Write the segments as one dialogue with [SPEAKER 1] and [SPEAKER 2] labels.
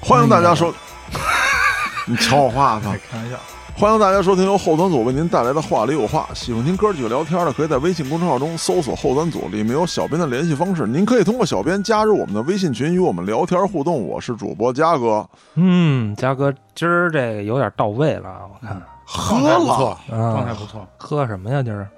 [SPEAKER 1] 欢迎大家收，
[SPEAKER 2] 你瞧我话吧。
[SPEAKER 3] 开玩笑，
[SPEAKER 1] 欢迎大家收听由后端组为您带来的《话里有话》。喜欢听哥几个聊天的，可以在微信公众号中搜索“后端组”，里面有小编的联系方式。您可以通过小编加入我们的微信群，与我们聊天互动。我是主播嘉哥，
[SPEAKER 4] 嗯，嘉哥，今儿这个有点到位了啊，我看
[SPEAKER 2] 喝
[SPEAKER 3] 状态不
[SPEAKER 2] 了
[SPEAKER 3] 错，状态
[SPEAKER 4] 啊，
[SPEAKER 3] 不错，
[SPEAKER 4] 喝什么呀？今儿，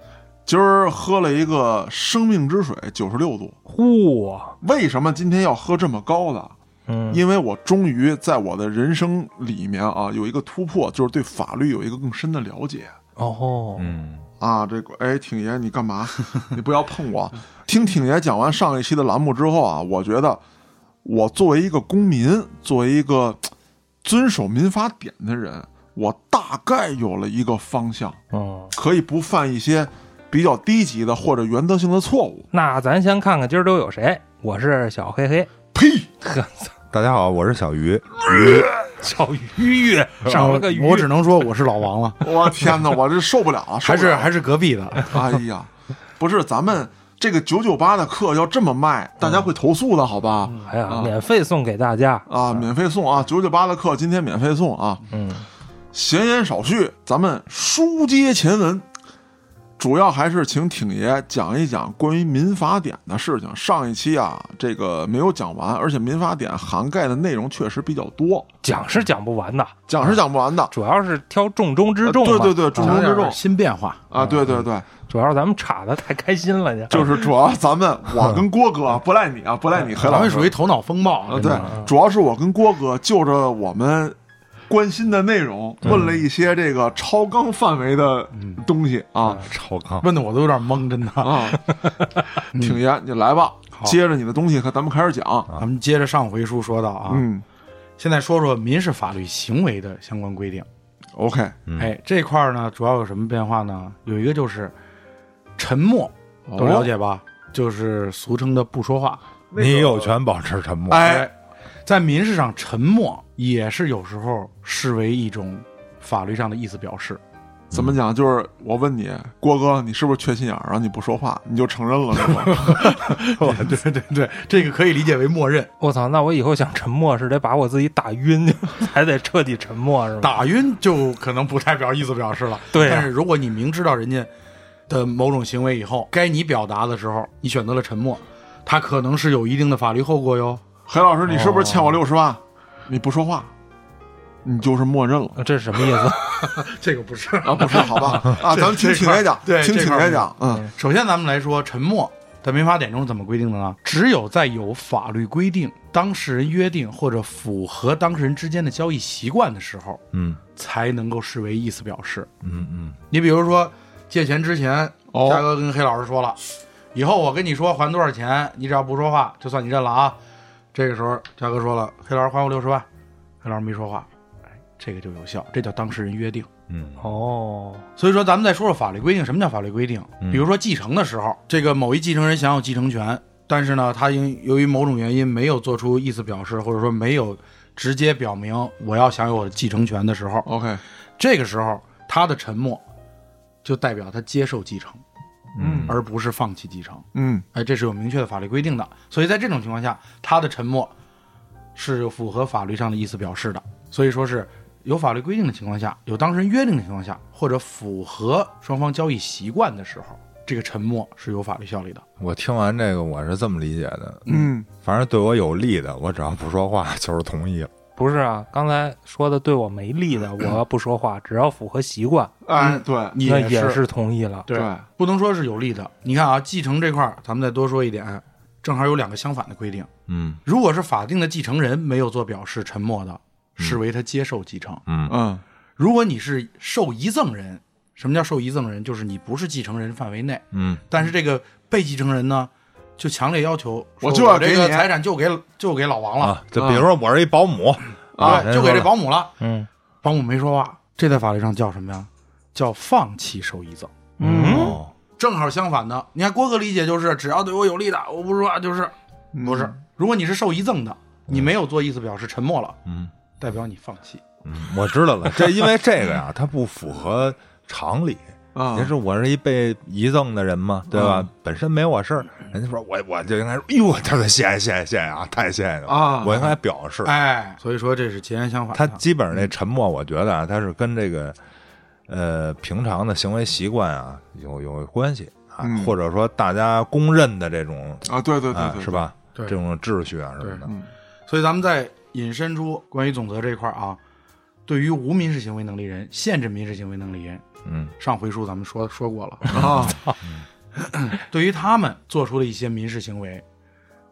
[SPEAKER 1] 今儿喝了一个生命之水，九十六度。
[SPEAKER 4] 嚯，
[SPEAKER 1] 为什么今天要喝这么高的？
[SPEAKER 4] 嗯，
[SPEAKER 1] 因为我终于在我的人生里面啊有一个突破，就是对法律有一个更深的了解
[SPEAKER 4] 哦，
[SPEAKER 2] 嗯，
[SPEAKER 1] 啊。这个哎，挺爷你干嘛？你不要碰我。听挺爷讲完上一期的栏目之后啊，我觉得我作为一个公民，作为一个嘖遵守民法典的人，我大概有了一个方向，
[SPEAKER 4] 嗯，
[SPEAKER 1] 可以不犯一些比较低级的或者原则性的错误。
[SPEAKER 4] 那咱先看看今儿都有谁。我是小黑黑，
[SPEAKER 1] 呸！
[SPEAKER 4] 呵，
[SPEAKER 5] 大家好，我是小鱼。
[SPEAKER 4] 小鱼鱼少了个
[SPEAKER 5] 嗯
[SPEAKER 4] 鱼，
[SPEAKER 3] 我只能说我是老王了，
[SPEAKER 1] 我天哪，我这受不了啊！受
[SPEAKER 3] 还
[SPEAKER 1] 不了
[SPEAKER 3] 是还是隔壁 的，
[SPEAKER 1] 哎呀，不是，咱们这个九九八的课要这么卖，大
[SPEAKER 3] 嗯
[SPEAKER 1] 家会投诉的，好吧？
[SPEAKER 4] 哎呀，
[SPEAKER 1] 啊
[SPEAKER 4] 免费送给大家。
[SPEAKER 1] 啊，免费送啊，九九八的课今天免费送啊。
[SPEAKER 4] 嗯，
[SPEAKER 1] 闲言少叙，咱们书接前文，主要还是请挺爷讲一讲关于民法典的事情。上一期啊，这个没有讲完，而且民法典涵盖的内容确实比较多，
[SPEAKER 4] 讲是讲不完的，
[SPEAKER 1] 讲是讲不完
[SPEAKER 3] 嗯
[SPEAKER 1] 的。呃
[SPEAKER 4] 主要是挑重中之重嘛、
[SPEAKER 1] 啊对对对，重中之重
[SPEAKER 3] 新变化，
[SPEAKER 1] 啊，对对
[SPEAKER 3] 嗯
[SPEAKER 1] 对。
[SPEAKER 4] 主要是咱们岔的太开心了，你
[SPEAKER 1] 就是主要咱 们，我跟郭哥啊不赖你啊，不赖你，何
[SPEAKER 3] 咱
[SPEAKER 1] 老
[SPEAKER 3] 们
[SPEAKER 1] 师
[SPEAKER 3] 属于头脑风暴
[SPEAKER 1] 啊，
[SPEAKER 3] 啊，
[SPEAKER 1] 对，主要是我跟郭哥就着我们关心的内容，问了一些这个超纲范围的
[SPEAKER 3] 嗯
[SPEAKER 1] 东西啊
[SPEAKER 5] 超纲，
[SPEAKER 3] 问的我都有点懵，真的。
[SPEAKER 1] 啊，挺爷，你来吧，接着你的东西，和咱们开始讲。
[SPEAKER 3] 咱们接着上回书说到啊，
[SPEAKER 1] 嗯
[SPEAKER 3] 现在说说民事法律行为的相关规定。
[SPEAKER 1] ，OK，
[SPEAKER 5] 嗯
[SPEAKER 3] 哎，这块儿呢，主要有什么变化呢？有一个就是沉默，
[SPEAKER 1] 哦
[SPEAKER 3] 都了解吧？就是俗称的不说话。
[SPEAKER 5] 你有权保持沉默。
[SPEAKER 1] 哎，
[SPEAKER 3] 在民事上，沉默也是有时候视为一种法律上的意思表 示。
[SPEAKER 1] 怎么讲？就是我问你，郭哥，你是不是缺心眼儿啊？你不说话，你就承认了 是吗？
[SPEAKER 3] 对对对，这个可以理解为默认。
[SPEAKER 4] 我操，那我以后想沉默是得把我自己打晕， 才得彻底沉默是吧？
[SPEAKER 3] 打晕就可能不代表意思表示了。
[SPEAKER 4] 对啊
[SPEAKER 3] 但是如果你明知道人家的某种行为以后，该你表达的时候，你选择了沉默，它可能是有一定的法律后果哟。
[SPEAKER 1] 黑老师，你是不是欠
[SPEAKER 3] 哦
[SPEAKER 1] 我六十万？你不说话，你就是默认了。
[SPEAKER 4] 呃这是什么意思？
[SPEAKER 3] 这个不是。
[SPEAKER 1] 啊，不是，好 吧，啊，咱们听挺爷讲，
[SPEAKER 3] 对
[SPEAKER 1] 听
[SPEAKER 3] 这
[SPEAKER 1] 挺
[SPEAKER 3] 块儿
[SPEAKER 1] 爷讲，嗯，
[SPEAKER 3] 首先，咱们来说沉默，在民法典中是怎么规定的呢？只有在有法律规定、当事人约定或者符合当事人之间的交易习惯的时候，
[SPEAKER 5] 嗯
[SPEAKER 3] 才能够视为意思表示。
[SPEAKER 5] 嗯嗯，
[SPEAKER 3] 你比如说借钱之前，
[SPEAKER 1] 哦
[SPEAKER 3] 嘉哥跟黑老师说了，以后我跟你说还多少钱，你只要不说话，就算你认了啊。这个时候，嘉哥说了，黑老师还我六十万，黑老师没说话，哎，这个就有效，这叫当事人约定。
[SPEAKER 5] 嗯
[SPEAKER 4] 哦，
[SPEAKER 3] 所以说，咱们再说说法律规定，什么叫法律规定？比如说继承的时候，这个某一继承人享有继承权，但是呢，他因由于某种原因没有做出意思表示，或者说没有直接表明我要享有我的继承权的时候，
[SPEAKER 1] ，OK，
[SPEAKER 3] 这个时候他的沉默就代表他接受继承，
[SPEAKER 5] 嗯
[SPEAKER 3] 而不是放弃继承。
[SPEAKER 1] 嗯，
[SPEAKER 3] 哎，这是有明确的法律规定的。所以在这种情况下，他的沉默是有符合法律上的意思表示的。所以说是有法律规定的情况下，有当事人约定的情况下，或者符合双方交易习惯的时候，这个沉默是有法律效力的。
[SPEAKER 5] 我听完这个，我是这么理解的，
[SPEAKER 1] 嗯，
[SPEAKER 5] 反正对我有利的，我只要不说话就是同意了。
[SPEAKER 4] 不是啊，刚才说的对我没利的，我要不说话，只要符合习惯，
[SPEAKER 1] 哎，对，
[SPEAKER 4] 那
[SPEAKER 3] 嗯也
[SPEAKER 4] 也是同意了。
[SPEAKER 3] 对，不能说是有利的。你看啊，继承这块儿，咱们再多说一点，正好有两个相反的规定。
[SPEAKER 5] 嗯
[SPEAKER 3] 如果是法定的继承人没有做表示沉默的，视为他接受继承；
[SPEAKER 5] 嗯
[SPEAKER 1] 嗯，
[SPEAKER 3] 如果你是受遗赠人，什么叫受遗赠人？就是你不是继承人范围内，
[SPEAKER 5] 嗯
[SPEAKER 3] 但是这个被继承人呢，就强烈要求说
[SPEAKER 1] 我就要
[SPEAKER 3] 我这
[SPEAKER 1] 给
[SPEAKER 3] 个
[SPEAKER 1] 你
[SPEAKER 3] 财产就给就给老王了，
[SPEAKER 5] 啊，就比如说我是一保姆
[SPEAKER 1] 啊
[SPEAKER 3] 对，就给这保姆了。
[SPEAKER 4] 嗯
[SPEAKER 3] 保姆没说话，这在法律上叫什么呀？叫放弃受遗赠。
[SPEAKER 4] 嗯，
[SPEAKER 5] 哦
[SPEAKER 3] 正好相反的，你看郭哥理解就是，只要对我有利的，我不说话就是
[SPEAKER 1] 嗯
[SPEAKER 3] 不是。如果你是受遗赠的，你没有做意思表示，沉默了，
[SPEAKER 5] 嗯
[SPEAKER 3] 代表你放弃。
[SPEAKER 5] 嗯，我知道了，这因为这个呀，它不符合常理。
[SPEAKER 1] 啊
[SPEAKER 5] 您说我是一被遗赠的人嘛，对
[SPEAKER 3] 啊
[SPEAKER 5] 吧？本身没我事儿，
[SPEAKER 3] 嗯
[SPEAKER 5] 人家说我我就应该说，哎呦，他说谢谢谢谢谢谢啊，太谢谢了
[SPEAKER 1] 啊
[SPEAKER 5] 我应该表示。
[SPEAKER 3] 哎，啊嗯所以说这是截然相反
[SPEAKER 5] 他
[SPEAKER 3] 的。
[SPEAKER 5] 基本上这沉默，我觉得啊，他是跟这个呃平常的行为习惯啊有有关系啊，
[SPEAKER 1] 嗯
[SPEAKER 5] 或者说大家公认的这种
[SPEAKER 1] 啊，对对对
[SPEAKER 5] 啊
[SPEAKER 1] 对，
[SPEAKER 5] 是？吧？
[SPEAKER 3] 对
[SPEAKER 5] 这种秩序啊什么的，
[SPEAKER 3] 所以咱们再引申出关于总则这一块儿啊，对于无民事行为能力人、限制民事行为能力人，
[SPEAKER 5] 嗯，
[SPEAKER 3] 上回书咱们说说过了，
[SPEAKER 1] 啊，
[SPEAKER 3] 对于他们做出了一些民事行为，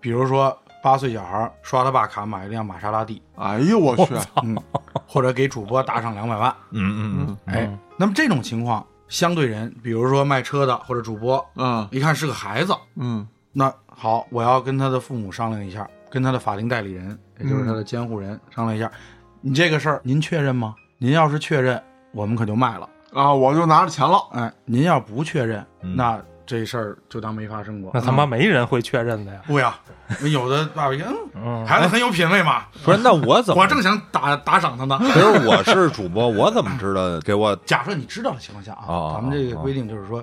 [SPEAKER 3] 比如说八岁小孩刷他爸卡买一辆玛莎拉蒂，嗯
[SPEAKER 1] 哎呦我去，
[SPEAKER 3] 或者给主播打赏两百万，
[SPEAKER 5] 嗯嗯嗯，
[SPEAKER 3] 哎，那么这种情况，相对人，比如说卖车的或者主播，
[SPEAKER 1] 嗯
[SPEAKER 3] 一看是个孩子，
[SPEAKER 1] 嗯
[SPEAKER 3] 那好，我要跟他的父母商量一下，跟他的法定代理人，也就是他
[SPEAKER 5] 嗯
[SPEAKER 3] 的监护人商量一下，你这个事儿您确认吗？您要是确认，我们可就卖了。
[SPEAKER 1] 啊，我就拿着钱了，
[SPEAKER 3] 哎，您要不确认，
[SPEAKER 5] 嗯
[SPEAKER 3] 那这事儿就当没发生过。
[SPEAKER 4] 那他妈没人会确认的呀。
[SPEAKER 3] 不呀，有的爸爸一看， 嗯，孩子很有品位嘛，
[SPEAKER 5] 不是，那我怎么？
[SPEAKER 3] 我正想打打赏他呢。
[SPEAKER 5] 其实我是主播，我怎么知道给我
[SPEAKER 3] 假设你知道的情况下啊，
[SPEAKER 5] 哦
[SPEAKER 3] 咱们这个规定就是说，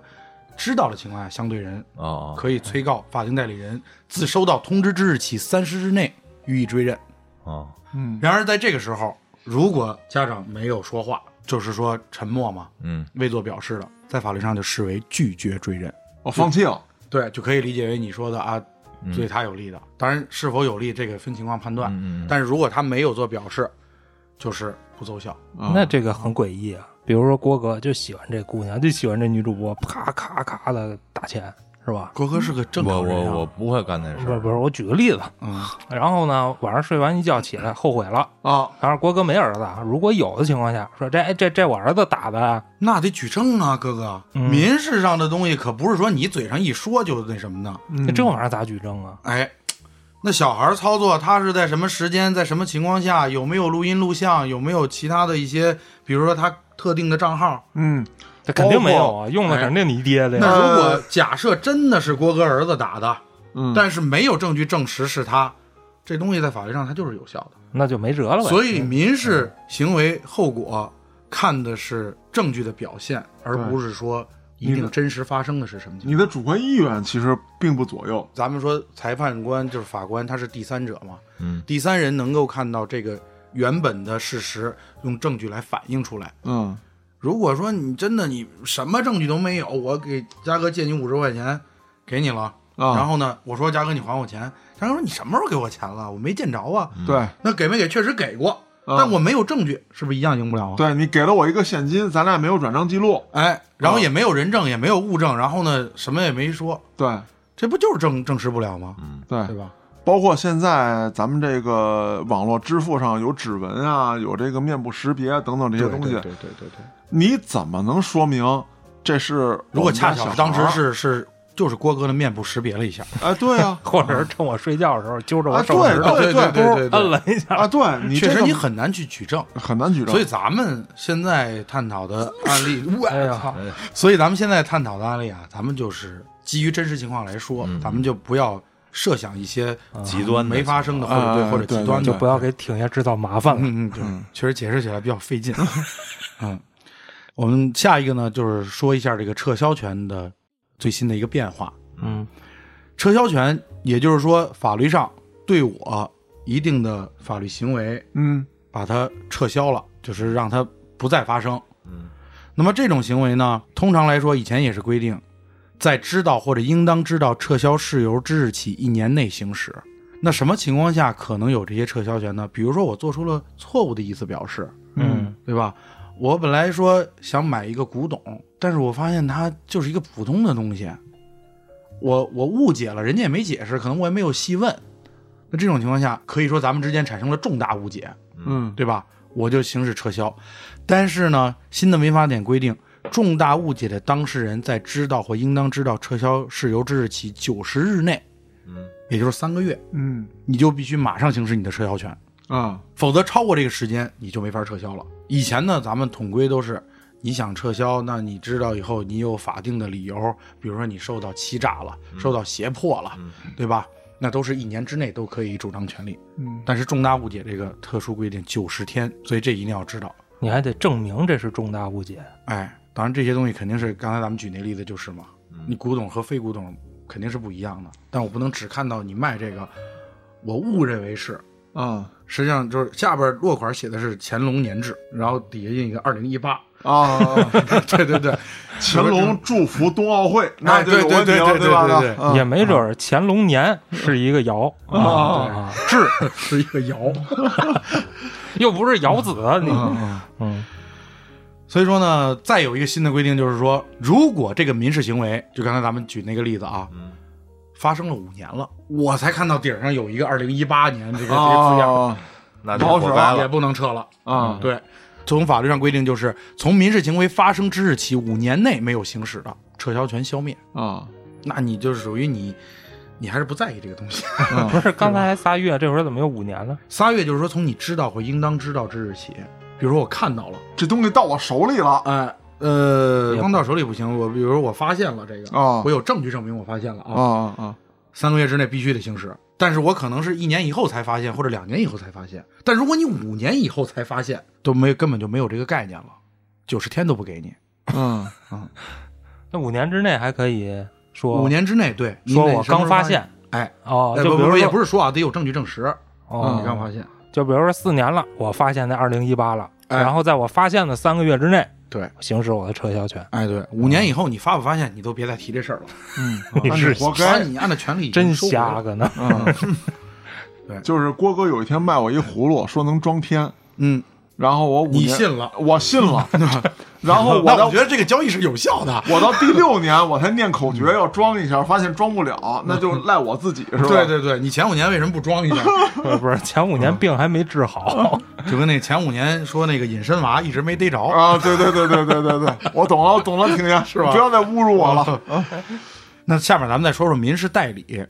[SPEAKER 3] 知道的情况下，相对人
[SPEAKER 5] 哦，
[SPEAKER 3] 可以催告法定代理人自收到通知之日起三十日内予以追认。
[SPEAKER 5] 哦，
[SPEAKER 3] 然而在这个时候，如果家长没有说话，就是说沉默嘛，
[SPEAKER 5] 嗯，
[SPEAKER 3] 未做表示的，在法律上就视为拒绝追认。
[SPEAKER 1] 我放弃了，
[SPEAKER 3] 对，就可以理解为你说的啊，对他有利的。当然，是否有利这个分情况判断。
[SPEAKER 5] 嗯嗯嗯嗯
[SPEAKER 3] 但是如果他没有做表示，就是不奏效。
[SPEAKER 1] 啊
[SPEAKER 4] 那这个很诡异啊。比如说郭哥就喜欢这姑娘，就喜欢这女主播，啪咔咔的打钱，是吧？
[SPEAKER 3] 国哥是个正
[SPEAKER 5] 我
[SPEAKER 3] 常人、啊、
[SPEAKER 5] 嗯我我不会干那事
[SPEAKER 4] 不是
[SPEAKER 5] 儿，
[SPEAKER 4] 不是，我举个例子，
[SPEAKER 3] 嗯，
[SPEAKER 4] 然后呢，晚上睡完一觉起来后悔了，
[SPEAKER 1] 啊，
[SPEAKER 4] 然后郭哥没儿子啊，如果有的情况下，说这哎这这我儿子打的啊，
[SPEAKER 3] 那得举证啊，哥哥。民事上的东西可不是说你嘴上一说就那什么的。
[SPEAKER 1] 嗯
[SPEAKER 4] 那这玩意儿咋举证啊？
[SPEAKER 3] 哎，那小孩操作，他是在什么时间，在什么情况下，有没有录音录像，有没有其他的一些，比如说他特定的账号？
[SPEAKER 1] 嗯，
[SPEAKER 4] 这肯定没有啊，用的肯定你爹的呀。
[SPEAKER 3] 哎那如果假设真的是郭哥儿子打的，
[SPEAKER 1] 嗯
[SPEAKER 3] 但是没有证据证实是他，这东西在法律上它就是有效的。
[SPEAKER 4] 那就没辙了呗。，
[SPEAKER 3] 所以民事行为后果看的是证据的表现，而不是说一定真实发生的是什么情况。
[SPEAKER 1] 你的主观意愿其实并不左右，
[SPEAKER 3] 咱们说裁判官就是法官，他是第三者嘛，
[SPEAKER 5] 嗯，
[SPEAKER 3] 第三人能够看到这个原本的事实，用证据来反映出来。
[SPEAKER 1] 嗯
[SPEAKER 3] 如果说你真的你什么证据都没有，我给嘉哥借你五十块钱，给你了，
[SPEAKER 1] 啊，
[SPEAKER 3] 然后呢，我说嘉哥你还我钱，嘉哥说你什么时候给我钱了？我没见着啊。
[SPEAKER 1] 对
[SPEAKER 3] 那给没给确实给过，
[SPEAKER 1] 嗯
[SPEAKER 3] 但我没有证据，是不是一样赢不了啊？
[SPEAKER 1] 对，你给了我一个现金，咱俩没有转账记录，
[SPEAKER 3] 哎，然后也没有人证，也没有物证，然后呢，什么也没说，
[SPEAKER 1] 对
[SPEAKER 3] 这不就是证证实不了吗？
[SPEAKER 1] 对
[SPEAKER 3] 对，吧？
[SPEAKER 1] 包括现在咱们这个网络支付上有指纹啊，有这个面部识别啊等等这些东西，
[SPEAKER 3] 对对对。
[SPEAKER 1] 你怎么能说明这是我
[SPEAKER 3] 如果
[SPEAKER 1] 们家
[SPEAKER 3] 恰巧
[SPEAKER 1] 小
[SPEAKER 3] 当
[SPEAKER 1] 孩
[SPEAKER 3] 时
[SPEAKER 1] 儿
[SPEAKER 3] 是是就是郭哥的面部识别了一下，
[SPEAKER 1] 哎，对啊
[SPEAKER 4] 或者是趁我睡觉的时候揪着
[SPEAKER 1] 啊
[SPEAKER 4] 我
[SPEAKER 1] 对
[SPEAKER 4] 手指头
[SPEAKER 1] 对
[SPEAKER 3] 对对
[SPEAKER 1] 对
[SPEAKER 3] 对
[SPEAKER 4] 摁了一下，
[SPEAKER 1] 啊，对你
[SPEAKER 3] 确
[SPEAKER 1] 这
[SPEAKER 3] 实
[SPEAKER 1] 个
[SPEAKER 3] 你很难去举证。
[SPEAKER 1] 很难举证，
[SPEAKER 3] 所以咱们现在探讨的案例，
[SPEAKER 4] 哎
[SPEAKER 3] 哇
[SPEAKER 4] 呀，
[SPEAKER 3] 所以咱们现在探讨的案例啊，咱们就是基于真实情况来说，
[SPEAKER 1] 嗯
[SPEAKER 3] 咱们就不要设想一些啊
[SPEAKER 5] 极端的
[SPEAKER 3] 没发生的，或者对
[SPEAKER 1] 啊
[SPEAKER 3] 或者
[SPEAKER 1] 对
[SPEAKER 3] 极端
[SPEAKER 1] 对
[SPEAKER 3] 的
[SPEAKER 1] 对
[SPEAKER 4] 不要给挺爷制造麻烦了。
[SPEAKER 3] 嗯嗯，对，确实解释起来比较费 劲。嗯，我们下一个呢，就是说一下这个撤销权的最新的一个变化。
[SPEAKER 4] 嗯，
[SPEAKER 3] 撤销权，也就是说，法律上对我一定的法律行为，
[SPEAKER 1] 嗯
[SPEAKER 3] 把它撤销了，就是让它不再发生。嗯，那么这种行为呢，通常来说，以前也是规定，在知道或者应当知道撤销事由之日起一年内行使。那什么情况下可能有这些撤销权呢？比如说我做出了错误的意思表示，
[SPEAKER 4] 嗯，
[SPEAKER 3] 对吧？我本来说想买一个古董，但是我发现它就是一个普通的东西，我我误解了，人家也没解释，可能我也没有细问。那这种情况下，可以说咱们之间产生了重大误解。
[SPEAKER 1] 嗯
[SPEAKER 3] 对吧？我就行使撤销。但是呢，新的民法典规定，重大误解的当事人在知道或应当知道撤销事由之日起九十日内，
[SPEAKER 5] 嗯，
[SPEAKER 3] 也就是三个月，
[SPEAKER 1] 嗯
[SPEAKER 3] 你就必须马上行使你的撤销权，
[SPEAKER 1] 啊
[SPEAKER 3] 否则超过这个时间你就没法撤销了。以前呢，咱们统归都是。你想撤销，那你知道以后你有法定的理由，比如说你受到欺诈了，受到胁迫了，对吧？那都是一年之内都可以主张权利。
[SPEAKER 1] 嗯
[SPEAKER 3] 但是重大误解这个特殊规定九十天，所以这一定要知道。
[SPEAKER 4] 你还得证明这是重大误解。
[SPEAKER 3] 哎，当然，这些东西肯定是刚才咱们举那例子就是嘛，你古董和非古董肯定是不一样的。但我不能只看到你卖这个，我误认为是，
[SPEAKER 1] 啊
[SPEAKER 3] 实际上就是下边落款写的是乾隆年制，然后底下印一个二零一八。
[SPEAKER 1] 啊！
[SPEAKER 3] 对对对，
[SPEAKER 1] 乾隆祝福冬奥会，那
[SPEAKER 3] 哎
[SPEAKER 1] 就有
[SPEAKER 3] 对
[SPEAKER 1] 问题
[SPEAKER 3] 对
[SPEAKER 1] 了，
[SPEAKER 3] 对对
[SPEAKER 1] 吧？
[SPEAKER 3] 对对
[SPEAKER 1] 啊
[SPEAKER 4] 也没准儿乾隆年是一个尧
[SPEAKER 1] 啊
[SPEAKER 4] 啊，
[SPEAKER 3] 制是一个窑。
[SPEAKER 4] 又不是尧子，
[SPEAKER 3] 啊
[SPEAKER 4] 你嗯
[SPEAKER 3] 所以说呢，再有一个新的规定就是说，如果这个民事行为，就刚才咱们举那个例子啊，
[SPEAKER 5] 嗯
[SPEAKER 3] 发生了五年了，我才看到顶上有一个二零一八年这个这个字样，
[SPEAKER 1] 啊
[SPEAKER 5] 那
[SPEAKER 1] 老鼠
[SPEAKER 5] 活
[SPEAKER 1] 啊
[SPEAKER 5] 该
[SPEAKER 3] 也
[SPEAKER 5] 了。
[SPEAKER 3] 不能撤了。
[SPEAKER 1] 啊！
[SPEAKER 3] 对，从法律上规定，就是从民事行为发生之日起五年内没有行使的，撤销权消灭。
[SPEAKER 1] 啊
[SPEAKER 3] 那你就属于你，你还是不在意这个东西。
[SPEAKER 4] 不是刚才还仨月，这会儿怎么又五年了？
[SPEAKER 3] 仨月就是说从你知道或应当知道之日起，比如说我看到了，
[SPEAKER 1] 这东西到我手里了
[SPEAKER 3] 哎、呃，
[SPEAKER 4] 也不
[SPEAKER 3] 光到手里不行，我比如说我发现了这个，
[SPEAKER 1] 啊
[SPEAKER 4] 哦
[SPEAKER 3] 我有证据证明我发现了啊，
[SPEAKER 1] 啊啊！
[SPEAKER 3] 三个月之内必须得行使。但是我可能是一年以后才发现，或者两年以后才发现。但如果你五年以后才发现，都没有根本就没有这个概念了，九十天都不给你。
[SPEAKER 1] 嗯，
[SPEAKER 4] 那五年之内还可以说
[SPEAKER 3] 五年之内，对，你
[SPEAKER 4] 说
[SPEAKER 3] 得
[SPEAKER 4] 我
[SPEAKER 3] 什么时
[SPEAKER 4] 刚
[SPEAKER 3] 候
[SPEAKER 4] 发
[SPEAKER 3] 发
[SPEAKER 4] 现，
[SPEAKER 3] 哎，
[SPEAKER 4] 哦，
[SPEAKER 3] 呃
[SPEAKER 4] 就
[SPEAKER 3] 不
[SPEAKER 4] 比
[SPEAKER 3] 不
[SPEAKER 4] 如
[SPEAKER 3] 不
[SPEAKER 4] 说
[SPEAKER 3] 也不是说啊，得有证据证实。你
[SPEAKER 4] 哦，
[SPEAKER 3] 刚发现，
[SPEAKER 4] 就比如说四年了，我发现在二零一八了，
[SPEAKER 3] 哎
[SPEAKER 4] 然后在我发现的三个月之内
[SPEAKER 3] 对，
[SPEAKER 4] 行使我的撤销权，
[SPEAKER 3] 哎对，五年以后你发不发现，你都别再提这事儿了。
[SPEAKER 4] 嗯
[SPEAKER 1] 那你活
[SPEAKER 3] 把
[SPEAKER 1] 该。
[SPEAKER 3] 你按照权利已经
[SPEAKER 4] 真
[SPEAKER 3] 收回了
[SPEAKER 4] 瞎。个呢。
[SPEAKER 1] 就是郭哥有一天卖我一葫芦，说能装天，
[SPEAKER 3] 嗯，
[SPEAKER 1] 然后我五年
[SPEAKER 3] 你信了
[SPEAKER 1] 我信 了，然后我
[SPEAKER 3] 那
[SPEAKER 1] 到
[SPEAKER 3] 我觉得这个交易是有效的。
[SPEAKER 1] 我到第六年我才念口诀要装一下，发现装不了，那就赖我自己是吧？
[SPEAKER 3] 对对对，你前五年为什么不装一下？
[SPEAKER 4] 不是前五
[SPEAKER 1] 嗯
[SPEAKER 4] 年病还没治好，
[SPEAKER 3] 就跟那前五年说那个隐身娃一直没逮着。
[SPEAKER 1] 啊，对对对对对对对，我懂了，我懂了，婷爷是
[SPEAKER 3] 吧嗯
[SPEAKER 1] 不要再侮辱我了。
[SPEAKER 3] 那下面咱们再说说民事代理。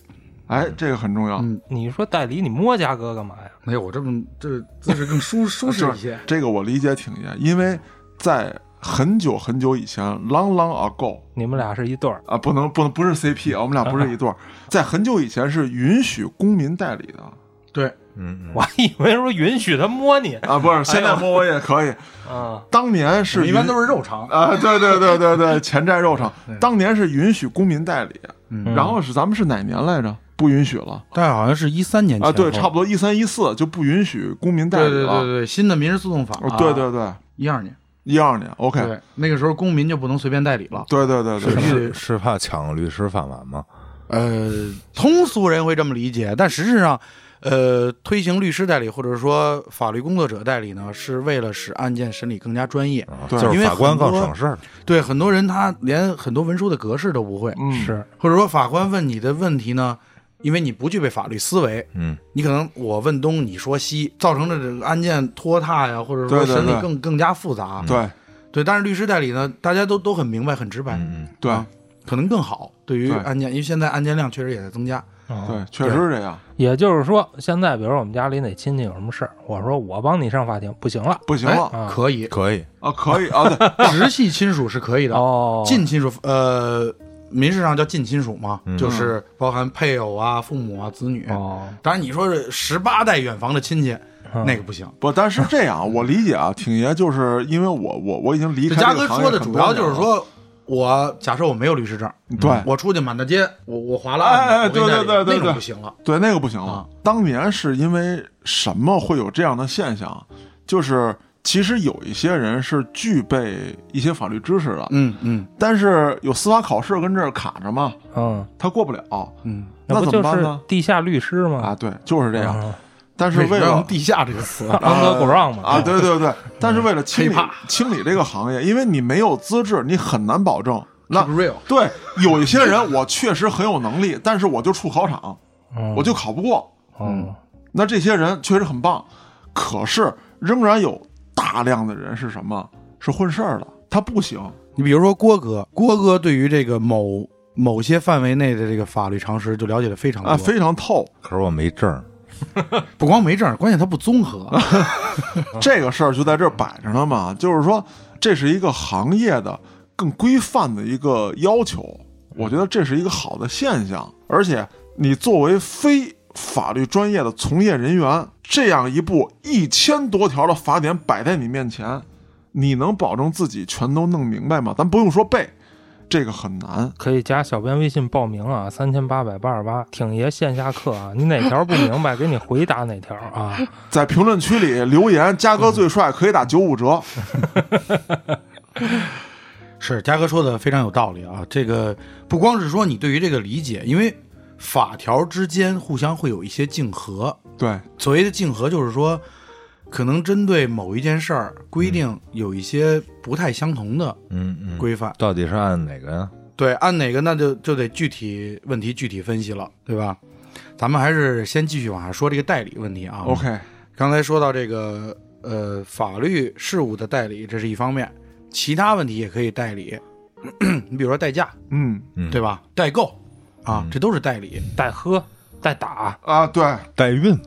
[SPEAKER 1] 哎，这个很重要，
[SPEAKER 3] 嗯
[SPEAKER 4] 你说代理你摸家哥干嘛呀？
[SPEAKER 3] 哎呦，我这么这姿势更 舒舒适一些。
[SPEAKER 1] 这个我理解挺爷，因为在很久很久以前，long long ago
[SPEAKER 4] 你们俩是一对儿，
[SPEAKER 1] 啊，不能不能不是 CP，啊我们俩不是一对儿，在很久以前是允许公民代理的
[SPEAKER 3] 对，
[SPEAKER 5] 嗯，嗯
[SPEAKER 4] 我还以为说允许他摸你
[SPEAKER 1] 啊，不是现在摸我也可以，
[SPEAKER 4] 啊，
[SPEAKER 1] 当年
[SPEAKER 3] 哎我
[SPEAKER 1] 是
[SPEAKER 3] 们一般
[SPEAKER 1] 允
[SPEAKER 3] 都是肉偿。
[SPEAKER 1] 啊，对对对对对，钱债肉 偿，当年是允许公民代理，
[SPEAKER 3] 嗯
[SPEAKER 1] 然后是咱们是哪年来着？不允许了啊
[SPEAKER 3] 但是好像是一三年
[SPEAKER 1] 啊，对，差
[SPEAKER 3] 多。
[SPEAKER 1] 不多一三一四就不允许公民代
[SPEAKER 3] 对
[SPEAKER 1] 理
[SPEAKER 3] 对对
[SPEAKER 1] 了，
[SPEAKER 3] 对，新的民事诉讼法啊
[SPEAKER 1] 哦。对，对对，
[SPEAKER 3] 一二年。
[SPEAKER 1] 一二年，OK，
[SPEAKER 3] 对，那个时候公民就不能随便代理了。
[SPEAKER 1] 对对对对
[SPEAKER 3] 是
[SPEAKER 1] 对，
[SPEAKER 5] 是是怕抢律师饭碗吗？
[SPEAKER 3] 呃，通俗人会这么理解，但实质上，呃，推行律师代理或者说法律工作者代理呢，是为了使案件审理更加专业。
[SPEAKER 5] 啊，
[SPEAKER 1] 对
[SPEAKER 5] 就
[SPEAKER 3] 因
[SPEAKER 5] 是
[SPEAKER 3] 为
[SPEAKER 5] 法官
[SPEAKER 3] 很
[SPEAKER 5] 更
[SPEAKER 3] 多
[SPEAKER 5] 省事儿。
[SPEAKER 3] 对，很多人他连很多文书的格式都不会，
[SPEAKER 1] 嗯，
[SPEAKER 4] 是
[SPEAKER 3] 或者说法官问你的问题呢，因为你不具备法律思维，
[SPEAKER 5] 嗯，
[SPEAKER 3] 你可能我问东你说西，造成的这个案件拖沓呀，或者
[SPEAKER 1] 对
[SPEAKER 3] 说
[SPEAKER 1] 对
[SPEAKER 3] 审理
[SPEAKER 1] 对嗯
[SPEAKER 3] 更更加复杂。
[SPEAKER 1] 对
[SPEAKER 3] 对，但是律师代理呢，大家都都很明白，很直白，
[SPEAKER 5] 嗯嗯，
[SPEAKER 1] 对
[SPEAKER 3] 啊可能更好。对于
[SPEAKER 1] 对
[SPEAKER 3] 案件，因为现在案件量确实也在增加。
[SPEAKER 1] 对，确实是这样，
[SPEAKER 4] 嗯也就是说，现在比如我们家里哪亲戚有什么事儿，我说我帮你上法庭，不行了
[SPEAKER 1] 不行了
[SPEAKER 4] 啊，
[SPEAKER 3] 哎可以，
[SPEAKER 5] 可以。
[SPEAKER 1] 啊，可以啊，对，
[SPEAKER 3] 直系亲属是可以的，
[SPEAKER 4] 哦，
[SPEAKER 3] 近亲属呃，民事上叫近亲属嘛，
[SPEAKER 5] 嗯
[SPEAKER 3] 就是包含配偶啊、父母啊、子女。
[SPEAKER 4] 哦，
[SPEAKER 3] 当然，你说是十八代远房的亲戚，
[SPEAKER 4] 嗯
[SPEAKER 3] 那个不行。
[SPEAKER 1] 不，但是这样，我理解啊，挺爷就是因为我我我已经离
[SPEAKER 3] 这
[SPEAKER 1] 开
[SPEAKER 3] 嘉
[SPEAKER 1] 这
[SPEAKER 3] 哥
[SPEAKER 1] 个行业
[SPEAKER 3] 说的
[SPEAKER 1] 很
[SPEAKER 3] 主
[SPEAKER 1] 多
[SPEAKER 3] 要
[SPEAKER 1] 年
[SPEAKER 3] 就是
[SPEAKER 1] 了，
[SPEAKER 3] 说，嗯我假设我没有律师证，
[SPEAKER 1] 对
[SPEAKER 3] 我出去满大街，我我划拉，
[SPEAKER 1] 哎哎
[SPEAKER 3] 我给你
[SPEAKER 1] 对
[SPEAKER 3] 代
[SPEAKER 1] 对对
[SPEAKER 3] 理
[SPEAKER 1] 对
[SPEAKER 3] 那
[SPEAKER 1] 对
[SPEAKER 3] 种不行了。
[SPEAKER 1] 对那个不行了
[SPEAKER 3] 啊。
[SPEAKER 1] 当年是因为什么会有这样的现象？就是其实有一些人是具备一些法律知识的，
[SPEAKER 3] 嗯嗯
[SPEAKER 1] 但是有司法考试跟这儿卡着嘛，
[SPEAKER 4] 嗯，
[SPEAKER 1] 他过不了
[SPEAKER 3] 嗯，
[SPEAKER 1] 那怎
[SPEAKER 4] 不
[SPEAKER 1] 么
[SPEAKER 4] 就
[SPEAKER 1] 办
[SPEAKER 4] 是
[SPEAKER 1] 呢
[SPEAKER 4] 地下律师吗？
[SPEAKER 1] 啊。对，就是这样。
[SPEAKER 4] 嗯，
[SPEAKER 1] 但是为
[SPEAKER 3] 什么要用
[SPEAKER 1] 了
[SPEAKER 3] 地下这个词 啊？
[SPEAKER 4] 安德古让嘛，
[SPEAKER 1] 啊，对对对，但是为了清理
[SPEAKER 3] 黑怕
[SPEAKER 1] 清理这个行业，因为你没有资质，你很难保证。那
[SPEAKER 3] Keep real
[SPEAKER 1] 对有一些人，我确实很有能力，但是我就处考场，
[SPEAKER 4] 嗯，
[SPEAKER 1] 我就考不过。
[SPEAKER 4] 嗯
[SPEAKER 1] 那这些人确实很棒，可是仍然有大量的人是什么？是混事儿的，他不行。
[SPEAKER 3] 你比如说郭哥，郭哥对于这个某某些范围内的这个法律常识就了解的非常多，
[SPEAKER 1] 啊，非常透。
[SPEAKER 5] 可是我没证儿，
[SPEAKER 3] 不光没证儿，关键他不综 合。
[SPEAKER 1] 这个事儿就在这儿摆着呢嘛，就是说这是一个行业的更规范的一个要求，我觉得这是一个好的现象。而且你作为非法律专业的从业人员，这样一部一千多条的法典摆在你面前，你能保证自己全都弄明白吗？咱不用说背，这个很难。
[SPEAKER 4] 可以加小编微信报名啊，三千八百八十八，挺爷线下课啊，你哪条不明白，给你回答哪条啊？
[SPEAKER 1] 在评论区里留言，嘉哥最帅可以打九五折。
[SPEAKER 3] 是，嘉哥说的非常有道理啊。这个不光是说你对于这个理解，因为法条之间互相会有一些竞合。
[SPEAKER 1] 对，
[SPEAKER 3] 所谓的竞合，就是说，可能针对某一件事儿规定有一些不太相同的
[SPEAKER 5] 嗯嗯，
[SPEAKER 3] 规范。
[SPEAKER 5] 到底是按哪个呀？
[SPEAKER 3] 对，按哪个那就就得具体问题具体分析了，对吧？咱们还是先继续往下说这个代理问题啊。
[SPEAKER 1] OK，
[SPEAKER 3] 刚才说到这个呃法律事务的代理，这是一方面，其他问题也可以代理。 你比如说代驾，
[SPEAKER 1] 嗯
[SPEAKER 5] 嗯
[SPEAKER 3] 对吧？代购啊，这都是代理。
[SPEAKER 4] 带喝带打，
[SPEAKER 1] 啊，对，
[SPEAKER 5] 代孕，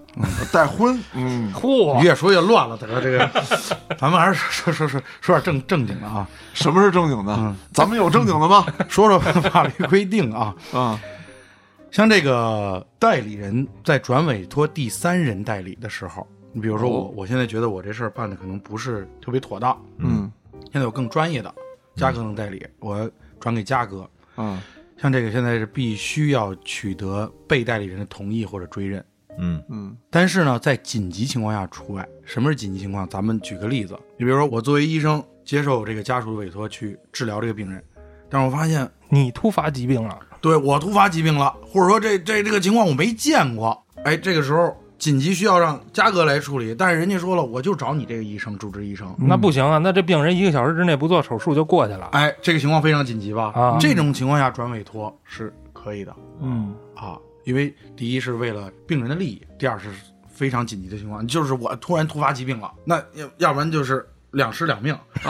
[SPEAKER 1] 带婚，嗯，
[SPEAKER 4] 嚯，
[SPEAKER 3] 越说越乱了，怎么这个？ 咱们还是说说说说点正正经的啊，
[SPEAKER 1] 什么是正经的？
[SPEAKER 3] 嗯
[SPEAKER 1] 咱们有正经的 吗？
[SPEAKER 3] 说说法律规定啊。
[SPEAKER 1] 啊，
[SPEAKER 3] 像这个代理人在转委托第三人代理的时候，你比如说我，我现在觉得我这事儿办的可能不是特别妥当，
[SPEAKER 1] 嗯
[SPEAKER 3] 现在有更专业的嘉哥能代理，我转给嘉哥。
[SPEAKER 1] 啊，
[SPEAKER 3] 像这个现在是必须要取得被代理人的同意或者追认，
[SPEAKER 5] 嗯
[SPEAKER 1] 嗯
[SPEAKER 3] 但是呢，在紧急情况下除外。什么是紧急情况？咱们举个例子，你比如说我作为医生接受这个家属的委托去治疗这个病人，但是我发现
[SPEAKER 4] 你突发疾病了，
[SPEAKER 3] 对我突发疾病了，或者说这这这个情况我没见过，哎，这个时候紧急需要让嘉哥来处理，但是人家说了，我就找你这个医生主治医生，
[SPEAKER 4] 那不行啊，那这病人一个小时之内不做手术就过去了。
[SPEAKER 3] 哎，这个情况非常紧急吧？
[SPEAKER 4] 啊
[SPEAKER 3] 这种情况下转委托是可以的
[SPEAKER 1] 嗯，
[SPEAKER 3] 啊，因为第一是为了病人的利益，第二是非常紧急的情况，就是我突然突发疾病了，那要要不然就是两尸两命，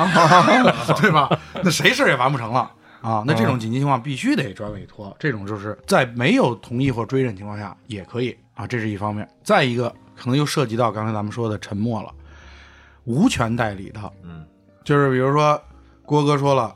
[SPEAKER 3] 对吧？那谁事儿也完不成了。啊，那这种紧急情况必须得转委托，这种就是在没有同意或追认情况下也可以啊，这是一方面。再一个，可能又涉及到刚才咱们说的沉默了，无权代理的，
[SPEAKER 5] 嗯，
[SPEAKER 3] 就是比如说郭哥说了，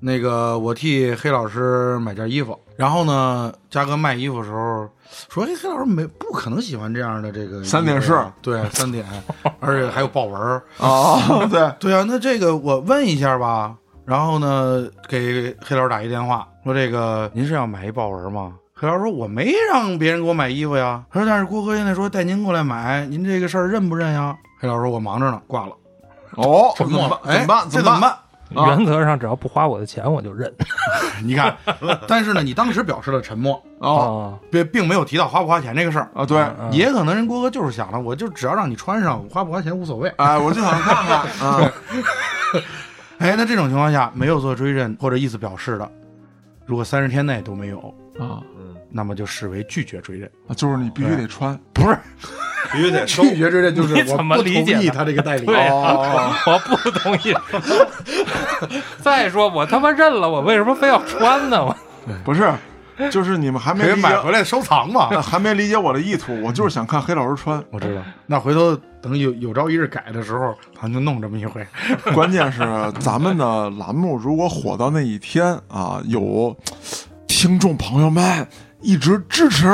[SPEAKER 3] 那个我替黑老师买件衣服，然后呢，嘉哥卖衣服的时候说，哎，黑老师没不可能喜欢这样的这个衣服啊
[SPEAKER 1] 三点式，
[SPEAKER 3] 对，三点， 而且还有豹纹儿，
[SPEAKER 1] 哦， 对，
[SPEAKER 3] 对啊，那这个我问一下吧。然后呢，给黑老师打一电话，说这个您是要买一豹纹吗？黑老师说我没让别人给我买衣服呀。他说但是郭哥现在说带您过来买，您这个事儿认不认呀？黑老师说我忙着呢，挂了，
[SPEAKER 1] 哦，
[SPEAKER 3] 沉默了。
[SPEAKER 1] 怎么办？
[SPEAKER 3] 哎这
[SPEAKER 1] 怎么
[SPEAKER 3] 么办？
[SPEAKER 1] 啊
[SPEAKER 4] 原则上只要不花我的钱，我就认。
[SPEAKER 3] 你看，但是呢，你当时表示了沉默，
[SPEAKER 1] 哦
[SPEAKER 4] 啊，
[SPEAKER 3] 并并没有提到花不花钱这个事儿。
[SPEAKER 1] 啊，对，
[SPEAKER 4] 嗯
[SPEAKER 3] 也可能人郭哥就是想着，我就只要让你穿上，花不花钱无所谓。
[SPEAKER 1] 哎，我就想看 看啊，
[SPEAKER 3] 哎，那这种情况下没有做追认或者意思表示的，如果三十天内都没有，
[SPEAKER 1] 啊，
[SPEAKER 3] 那么就视为拒绝追认。
[SPEAKER 1] 就是你必须得穿，
[SPEAKER 3] 不是
[SPEAKER 5] 必须得收
[SPEAKER 3] 拒绝追认，就是
[SPEAKER 4] 你
[SPEAKER 3] 我
[SPEAKER 4] 怎么
[SPEAKER 3] 不
[SPEAKER 4] 理解
[SPEAKER 3] 同意
[SPEAKER 4] 呢
[SPEAKER 3] 他这个代理。
[SPEAKER 4] 对呀、
[SPEAKER 1] 哦
[SPEAKER 4] 我不同意。 再说我他妈认了，我为什么非要穿呢？我
[SPEAKER 1] 不是，就是你们还没
[SPEAKER 3] 可以
[SPEAKER 1] 理
[SPEAKER 3] 买
[SPEAKER 1] 解，呃
[SPEAKER 3] 回来收藏嘛。
[SPEAKER 1] 还没理解我的意图，我就是想看黑老师穿。
[SPEAKER 3] 我知道，那回头等有有朝一日改的时候，咱就弄这么一回。
[SPEAKER 1] 关键是咱们的栏目如果火到那一天啊，有听众朋友们一直支持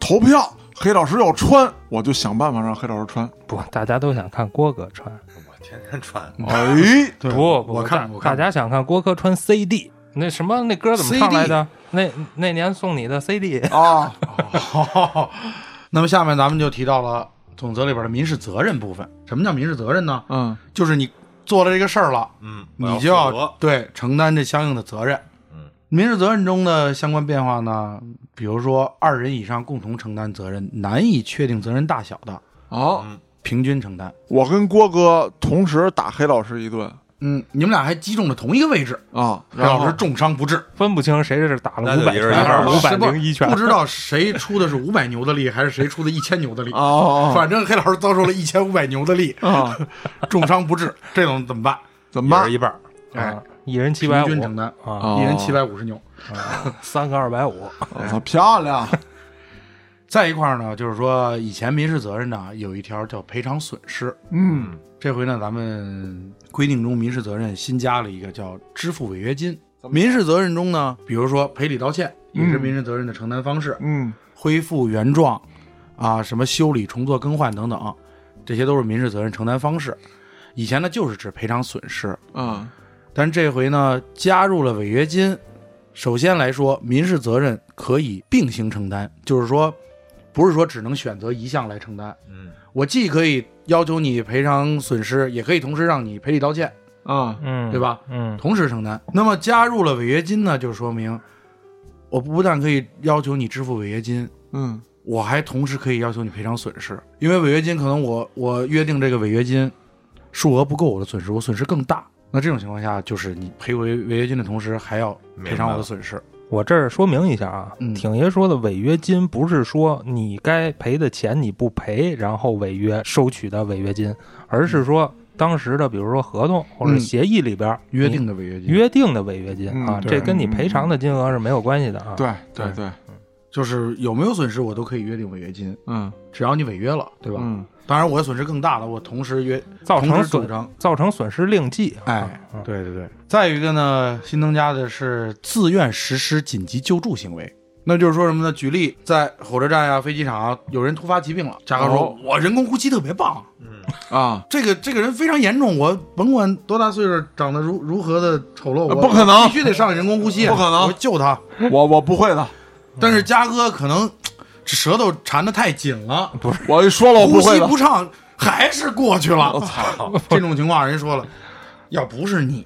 [SPEAKER 1] 投票，黑老师要穿，我就想办法让黑老师穿。
[SPEAKER 4] 不，大家都想看郭哥穿，
[SPEAKER 5] 我天天穿，
[SPEAKER 3] 哦
[SPEAKER 1] 哎，
[SPEAKER 3] 对
[SPEAKER 4] 不，不
[SPEAKER 3] 我看我
[SPEAKER 4] 大
[SPEAKER 3] 看
[SPEAKER 4] 大家想看郭哥穿 CD。那什么，那歌怎么唱来的？那那年送你的 CD
[SPEAKER 1] 啊，
[SPEAKER 3] 哦， 那么下面咱们就提到了总则里边的民事责任部分。什么叫民事责任呢？
[SPEAKER 1] 嗯，
[SPEAKER 3] 就是你做了这个事儿了，
[SPEAKER 5] 嗯，
[SPEAKER 3] 你就要对承担这相应的责任。
[SPEAKER 5] 嗯，
[SPEAKER 3] 民事责任中的相关变化呢，比如说二人以上共同承担责任，难以确定责任大小的，
[SPEAKER 1] 好，
[SPEAKER 3] 平均承担。
[SPEAKER 1] 我跟郭哥同时打黑老师一顿
[SPEAKER 3] 嗯，你们俩还击中了同一个位置，
[SPEAKER 1] 啊，
[SPEAKER 3] 黑
[SPEAKER 1] 然
[SPEAKER 3] 老
[SPEAKER 1] 后
[SPEAKER 3] 师重伤不治，
[SPEAKER 4] 分不清谁是打了
[SPEAKER 5] 那
[SPEAKER 4] 五
[SPEAKER 5] 就
[SPEAKER 4] 百
[SPEAKER 5] 一
[SPEAKER 4] 拳
[SPEAKER 5] 人一半
[SPEAKER 4] 还
[SPEAKER 5] 吧
[SPEAKER 4] 是五百零一拳
[SPEAKER 3] 不，知道谁出的是五百牛的力，还是谁出的一千牛的力。
[SPEAKER 1] 哦
[SPEAKER 3] 反正黑老师遭受了一千五百牛的力，
[SPEAKER 1] 哦啊，
[SPEAKER 3] 重伤不治，这种怎么办？
[SPEAKER 1] 怎
[SPEAKER 5] 一
[SPEAKER 1] 么
[SPEAKER 5] 人
[SPEAKER 1] 办？
[SPEAKER 5] 一半儿，
[SPEAKER 3] 哎
[SPEAKER 4] 啊，一人七百
[SPEAKER 3] 平
[SPEAKER 4] 五
[SPEAKER 3] 均承担，
[SPEAKER 4] 啊，
[SPEAKER 1] 哦
[SPEAKER 3] 一人七，百五十牛。
[SPEAKER 4] 三个二百五，
[SPEAKER 1] 我操，漂亮！
[SPEAKER 3] 在一块儿呢，就是说以前民事责任呢有一条叫赔偿损失，
[SPEAKER 1] 嗯，
[SPEAKER 3] 这回呢咱们规定中民事责任新加了一个叫支付违约金。民事责任中呢，比如说赔礼道歉
[SPEAKER 4] 嗯
[SPEAKER 3] 也是民事责任的承担方式，
[SPEAKER 1] 嗯，
[SPEAKER 3] 恢复原状啊，什么修理、重做、更换等等，这些都是民事责任承担方式。以前呢就是指赔偿损失，
[SPEAKER 1] 嗯
[SPEAKER 3] 但这回呢加入了违约金。首先来说，民事责任可以并行承担，就是说，不是说只能选择一项来承担。
[SPEAKER 5] 嗯，
[SPEAKER 3] 我既可以要求你赔偿损失，也可以同时让你赔礼道歉，
[SPEAKER 1] 嗯
[SPEAKER 4] 嗯，
[SPEAKER 3] 对？吧？
[SPEAKER 4] 嗯
[SPEAKER 3] 同时承担。那么加入了违约金呢，就说明我不但可以要求你支付违约金，
[SPEAKER 1] 嗯
[SPEAKER 3] 我还同时可以要求你赔偿损失，因为违约金可能我我约定这个违约金数额不够我的损失，我损失更大。那这种情况下，就是你赔违违约金的同时，还要赔偿我的损失。
[SPEAKER 4] 我这儿说明一下啊
[SPEAKER 3] 嗯，
[SPEAKER 4] 挺爷说的违约金不是说你该赔的钱你不赔，然后违约收取的违约金，而是说当时的比如说合同或者
[SPEAKER 3] 嗯
[SPEAKER 4] 协议里边儿
[SPEAKER 3] 约定
[SPEAKER 4] 你
[SPEAKER 3] 的违约金，
[SPEAKER 4] 约定的违约金
[SPEAKER 1] 嗯
[SPEAKER 4] 啊，
[SPEAKER 1] 对嗯
[SPEAKER 4] 这跟你赔偿的金额是没有关系的啊。
[SPEAKER 1] 对对对，
[SPEAKER 3] 就是有没有损失，我都可以约定违约金，
[SPEAKER 1] 嗯
[SPEAKER 3] 只要你违约了，对吧？
[SPEAKER 1] 嗯
[SPEAKER 3] 当然，我的损失更大了，我同时约
[SPEAKER 4] 造
[SPEAKER 3] 同
[SPEAKER 4] 成
[SPEAKER 3] 时主
[SPEAKER 4] 损
[SPEAKER 3] 张。
[SPEAKER 4] 造成损失另计啊。
[SPEAKER 3] 哎
[SPEAKER 4] 嗯，
[SPEAKER 3] 对对对。再有一个呢，新增加的是自愿实施紧急救助行为。那就是说什么呢？举例，在火车站呀、飞机场啊，有人突发疾病了，甲壳说
[SPEAKER 1] 哦：“
[SPEAKER 3] 我人工呼吸特别棒，
[SPEAKER 1] 啊，
[SPEAKER 3] 这个这个人非常严重，我甭管多大岁数，长得如如何的丑陋，我
[SPEAKER 1] 啊不可能
[SPEAKER 3] 必须得上人工呼吸，
[SPEAKER 1] 不可能嗯
[SPEAKER 3] 我救他。
[SPEAKER 1] 我我不会的，
[SPEAKER 3] 但是嘉哥可能这舌头缠得太紧了，
[SPEAKER 1] 我一说了我
[SPEAKER 3] 呼
[SPEAKER 1] 不会
[SPEAKER 3] 吸
[SPEAKER 1] 的
[SPEAKER 3] 不，畅，还是过去了。
[SPEAKER 1] 我 操，
[SPEAKER 3] 这种情况，人说了，要不是你，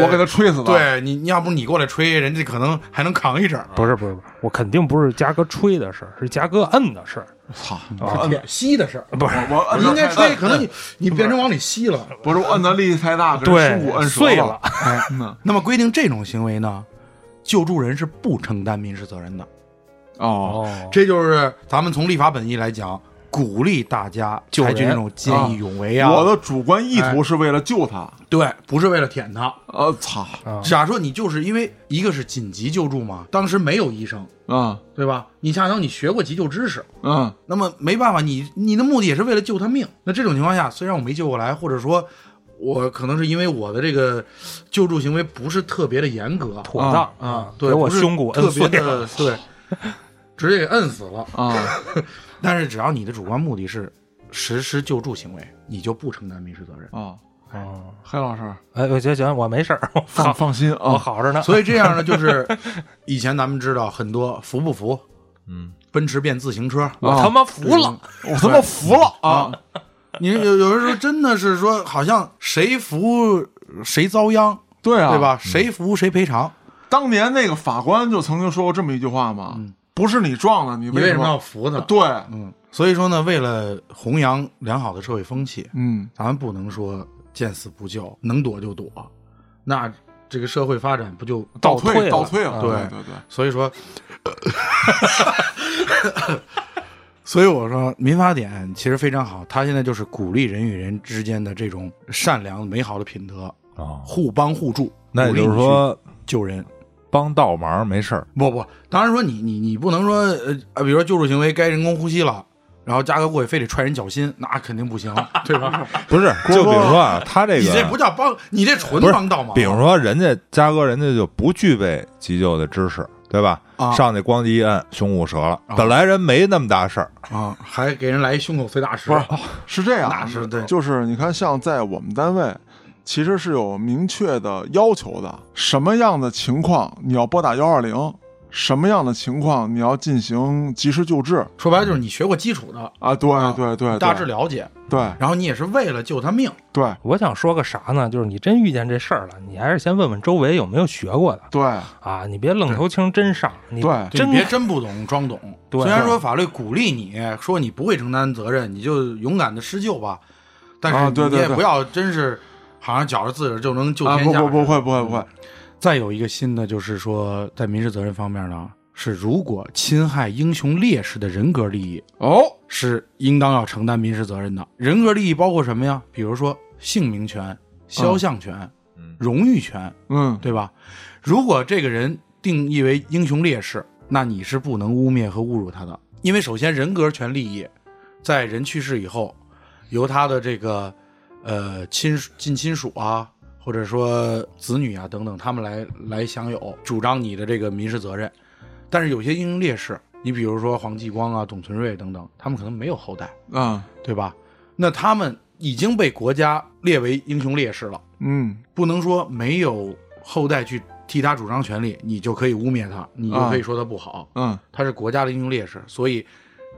[SPEAKER 1] 我给他吹死了。，
[SPEAKER 3] 对你，你要不是你过来吹，人家可能还能扛一阵儿。
[SPEAKER 4] 不是不是不是，我肯定不是嘉哥吹的事儿，是嘉哥摁的事儿。
[SPEAKER 1] 操，
[SPEAKER 4] 啊
[SPEAKER 3] 吸的事儿，
[SPEAKER 4] 不是，
[SPEAKER 1] 我摁
[SPEAKER 3] 你
[SPEAKER 1] 的
[SPEAKER 3] 应该
[SPEAKER 1] 啊太
[SPEAKER 3] 吹，可能你你变成往里吸了。
[SPEAKER 1] 不是我摁的力气太大，给人胸骨
[SPEAKER 4] 对，
[SPEAKER 1] 摁
[SPEAKER 4] 碎
[SPEAKER 1] 折 嗯
[SPEAKER 4] 了。。
[SPEAKER 3] 那么规定这种行为呢，救助人是不承担民事责任的。
[SPEAKER 1] 哦，
[SPEAKER 4] 哦，
[SPEAKER 3] 这就是咱们从立法本意来讲，鼓励大家
[SPEAKER 4] 救
[SPEAKER 3] 采取
[SPEAKER 4] 人
[SPEAKER 3] 那种见义勇为啊。
[SPEAKER 1] 我的主观意图是为了救他。
[SPEAKER 3] 对，不是为了舔他。
[SPEAKER 1] 呃，操，
[SPEAKER 4] 啊
[SPEAKER 3] 假说你就是因为一个是紧急救助嘛，当时没有医生，
[SPEAKER 1] 嗯
[SPEAKER 3] 对吧？你恰当你学过急救知识，
[SPEAKER 1] 嗯
[SPEAKER 3] 那么没办法，你你的目的也是为了救他命。那这种情况下，虽然我没救过来，或者说，我可能是因为我的这个救助行为不是特别的严格
[SPEAKER 4] 妥当
[SPEAKER 3] 啊，
[SPEAKER 4] 给
[SPEAKER 3] 对
[SPEAKER 4] 我
[SPEAKER 3] 不是
[SPEAKER 4] 胸骨
[SPEAKER 3] 特
[SPEAKER 4] 摁碎
[SPEAKER 3] 别
[SPEAKER 4] 了。
[SPEAKER 3] 的对，直接给摁死了。
[SPEAKER 1] 啊，
[SPEAKER 3] 但是只要你的主观目的是实施救助行为，你就不承担民事责任。
[SPEAKER 1] 哦，
[SPEAKER 4] 哦
[SPEAKER 1] 黑老师
[SPEAKER 4] 哎，行行，我没事儿，我
[SPEAKER 1] 放
[SPEAKER 4] 好，
[SPEAKER 1] 放心
[SPEAKER 4] 我
[SPEAKER 1] 啊，
[SPEAKER 4] 好着呢。
[SPEAKER 3] 哦所以这样呢， 就是以前咱们知道很多服不服，
[SPEAKER 5] 嗯，
[SPEAKER 3] 奔驰变自行车，
[SPEAKER 4] 我他妈服
[SPEAKER 3] 嗯
[SPEAKER 4] 了。
[SPEAKER 1] 我他妈服了啊！
[SPEAKER 3] 你有有人说真的是说，好像谁服谁遭殃，
[SPEAKER 1] 对啊，
[SPEAKER 3] 对？吧？谁服谁赔偿，
[SPEAKER 1] 当年那个法官就曾经说过这么一句话嘛
[SPEAKER 3] 嗯，
[SPEAKER 1] 不是你撞的，你
[SPEAKER 3] 你为什
[SPEAKER 1] 什
[SPEAKER 3] 么要
[SPEAKER 1] 么？
[SPEAKER 3] 服他？
[SPEAKER 1] 对，
[SPEAKER 3] 嗯，所以说呢，为了弘扬良好的社会风气，
[SPEAKER 1] 嗯
[SPEAKER 3] 咱们不能说见死不救，能躲就躲，那这个社会发展不就
[SPEAKER 1] 倒
[SPEAKER 4] 退了
[SPEAKER 1] 倒退了，
[SPEAKER 3] 对
[SPEAKER 1] 对对，
[SPEAKER 3] 所以说， 所以我说民法典其实非常好，它现在就是鼓励人与人之间的这种善良美好的品德，
[SPEAKER 5] 哦，
[SPEAKER 3] 互帮互助。
[SPEAKER 5] 那也就是说
[SPEAKER 3] 救人。
[SPEAKER 5] 帮倒忙没事儿，
[SPEAKER 3] 不不，当然说你你你不能说呃啊，比如说救助行为该人工呼吸了，然后嘉哥过去非得踹人脚心，那肯定不行， 对吧？
[SPEAKER 5] 不是？就比如说啊，他这
[SPEAKER 3] 你这不
[SPEAKER 5] 个。
[SPEAKER 3] 叫帮，你这纯
[SPEAKER 5] 不是
[SPEAKER 3] 帮倒忙。啊
[SPEAKER 5] 比如说，人家嘉哥，人家就不具备急救的知识，对吧？
[SPEAKER 3] 啊
[SPEAKER 5] 上去咣叽一摁，胸骨折了。
[SPEAKER 3] 啊
[SPEAKER 5] 本来人没那么大事儿，
[SPEAKER 3] 啊，还给人来一胸口碎大石，
[SPEAKER 1] 不是是这样，
[SPEAKER 3] 那是对
[SPEAKER 1] 就是你看，像在我们单位，其实是有明确的要求的，什么样的情况你要拨打幺二零，什么样的情况你要进行及时救治
[SPEAKER 3] 说白了就是你学过基础的，
[SPEAKER 1] 啊？对对对，对
[SPEAKER 3] 大致了解，
[SPEAKER 1] 对
[SPEAKER 3] 然后你也是为了救他命。
[SPEAKER 1] 对
[SPEAKER 4] 我想说个啥呢？就是你真遇见这事儿了，你还是先问问周围有没有学过的
[SPEAKER 1] 对，
[SPEAKER 4] 啊，你别愣头青真上，你
[SPEAKER 1] 对
[SPEAKER 3] 对
[SPEAKER 4] 真
[SPEAKER 3] 你别真不懂装懂。
[SPEAKER 4] 对
[SPEAKER 3] 虽然说法律鼓励你说你不会承担责任，你就勇敢的施救吧，但
[SPEAKER 1] 啊
[SPEAKER 3] 是
[SPEAKER 1] 对
[SPEAKER 3] 你
[SPEAKER 1] 对
[SPEAKER 3] 也
[SPEAKER 1] 对
[SPEAKER 3] 不要真是好像觉着自个儿就能救
[SPEAKER 1] 啊
[SPEAKER 3] 天
[SPEAKER 1] 不
[SPEAKER 3] 下。
[SPEAKER 1] 不不会不会不会，
[SPEAKER 3] 再有一个新的就是说，在民事责任方面呢，是如果侵害英雄烈士的人格利益，
[SPEAKER 1] 哦
[SPEAKER 3] 是应当要承担民事责任的。人格利益包括什么呀？比如说姓名权、肖像权、
[SPEAKER 5] 嗯
[SPEAKER 3] 荣誉权，
[SPEAKER 1] 嗯
[SPEAKER 3] 对吧？如果这个人定义为英雄烈士，那你是不能污蔑和侮辱他的，因为首先人格权利益，在人去世以后，由他的这个呃亲属近亲属啊，或者说子女啊等等，他们来来享有，主张你的这个民事责任。但是有些英雄烈士，你比如说黄继光啊、董存瑞等等，他们可能没有后代，
[SPEAKER 1] 嗯
[SPEAKER 3] 对吧？那他们已经被国家列为英雄烈士了，
[SPEAKER 1] 嗯，
[SPEAKER 3] 不能说没有后代去替他主张权利，你就可以污蔑他，你就可以说他不好。
[SPEAKER 1] 嗯，
[SPEAKER 3] 他是国家的英雄烈士，所以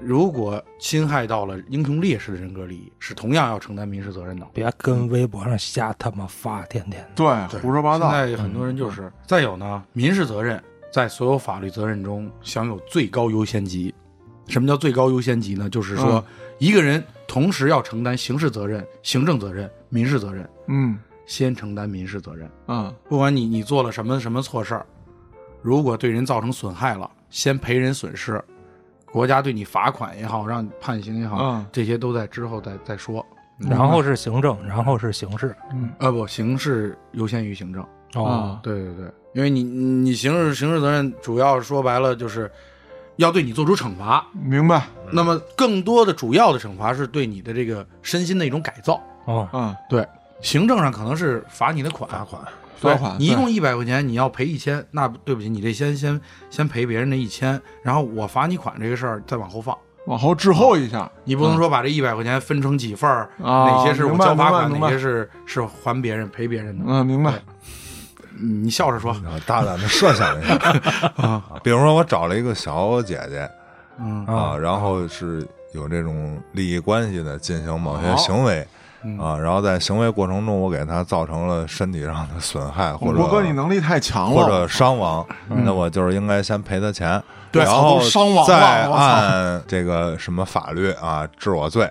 [SPEAKER 3] 如果侵害到了英雄烈士的人格利益，是同样要承担民事责任的。
[SPEAKER 4] 别跟微博上瞎他妈发，天天
[SPEAKER 1] 对，胡说八道，
[SPEAKER 3] 现在很多人就是，嗯再有呢，民事责任在所有法律责任中享有最高优先级。什么叫最高优先级呢？就是说，
[SPEAKER 1] 嗯
[SPEAKER 3] 一个人同时要承担刑事责任、行政责任、民事责任，
[SPEAKER 1] 嗯
[SPEAKER 3] 先承担民事责任。
[SPEAKER 1] 嗯
[SPEAKER 3] 不管你你做了什么什么错事儿，如果对人造成损害了，先赔人损失，国家对你罚款也好，让你判刑也好，
[SPEAKER 1] 嗯
[SPEAKER 3] 这些都在之后再再说。
[SPEAKER 4] 嗯然后是行政，然后是刑事。
[SPEAKER 3] 呃，不，刑事优先于行政。
[SPEAKER 4] 哦
[SPEAKER 1] 啊，
[SPEAKER 3] 对对对，因为你你刑事刑事责任主要说白了就是要对你做出惩罚，
[SPEAKER 1] 明白，
[SPEAKER 3] 那么更多的主要的惩罚是对你的这个身心的一种改造。
[SPEAKER 4] 哦，
[SPEAKER 1] 嗯，
[SPEAKER 3] 对，行政上可能是罚你的款，罚款，
[SPEAKER 1] 罚款
[SPEAKER 3] 你一
[SPEAKER 1] 对
[SPEAKER 3] 共一百块钱，你要赔一千，那对不起，你这先先先赔别人的一千，然后我罚你款这个事儿再往后放。
[SPEAKER 1] 往后滞后一下，嗯
[SPEAKER 3] 你不能说把这一百块钱分成几份儿，
[SPEAKER 1] 啊
[SPEAKER 3] 哪些是我
[SPEAKER 1] 明白
[SPEAKER 3] 交罚款，
[SPEAKER 1] 明白明白
[SPEAKER 3] 哪些是是还别人赔别人的。
[SPEAKER 1] 嗯，明白，
[SPEAKER 3] 嗯你笑着说，
[SPEAKER 5] 我大胆的设想 一下啊，比如说我找了一个小姐姐
[SPEAKER 3] 嗯
[SPEAKER 5] 啊，然后是有这种利益关系的，进行某
[SPEAKER 1] 哦
[SPEAKER 5] 些
[SPEAKER 3] 好
[SPEAKER 5] 行为
[SPEAKER 3] 嗯
[SPEAKER 5] 啊，然后在行为过程中，我给她造成了身体上的损害或者
[SPEAKER 1] 波哥，你能力太强了
[SPEAKER 5] 或
[SPEAKER 1] 嗯
[SPEAKER 5] 者，伤亡，那我就是应该先赔他钱，
[SPEAKER 1] 对
[SPEAKER 5] 然
[SPEAKER 1] 操
[SPEAKER 5] 后
[SPEAKER 1] 都伤亡了
[SPEAKER 5] 再
[SPEAKER 1] 我操
[SPEAKER 5] 按这个什么法律啊治我罪，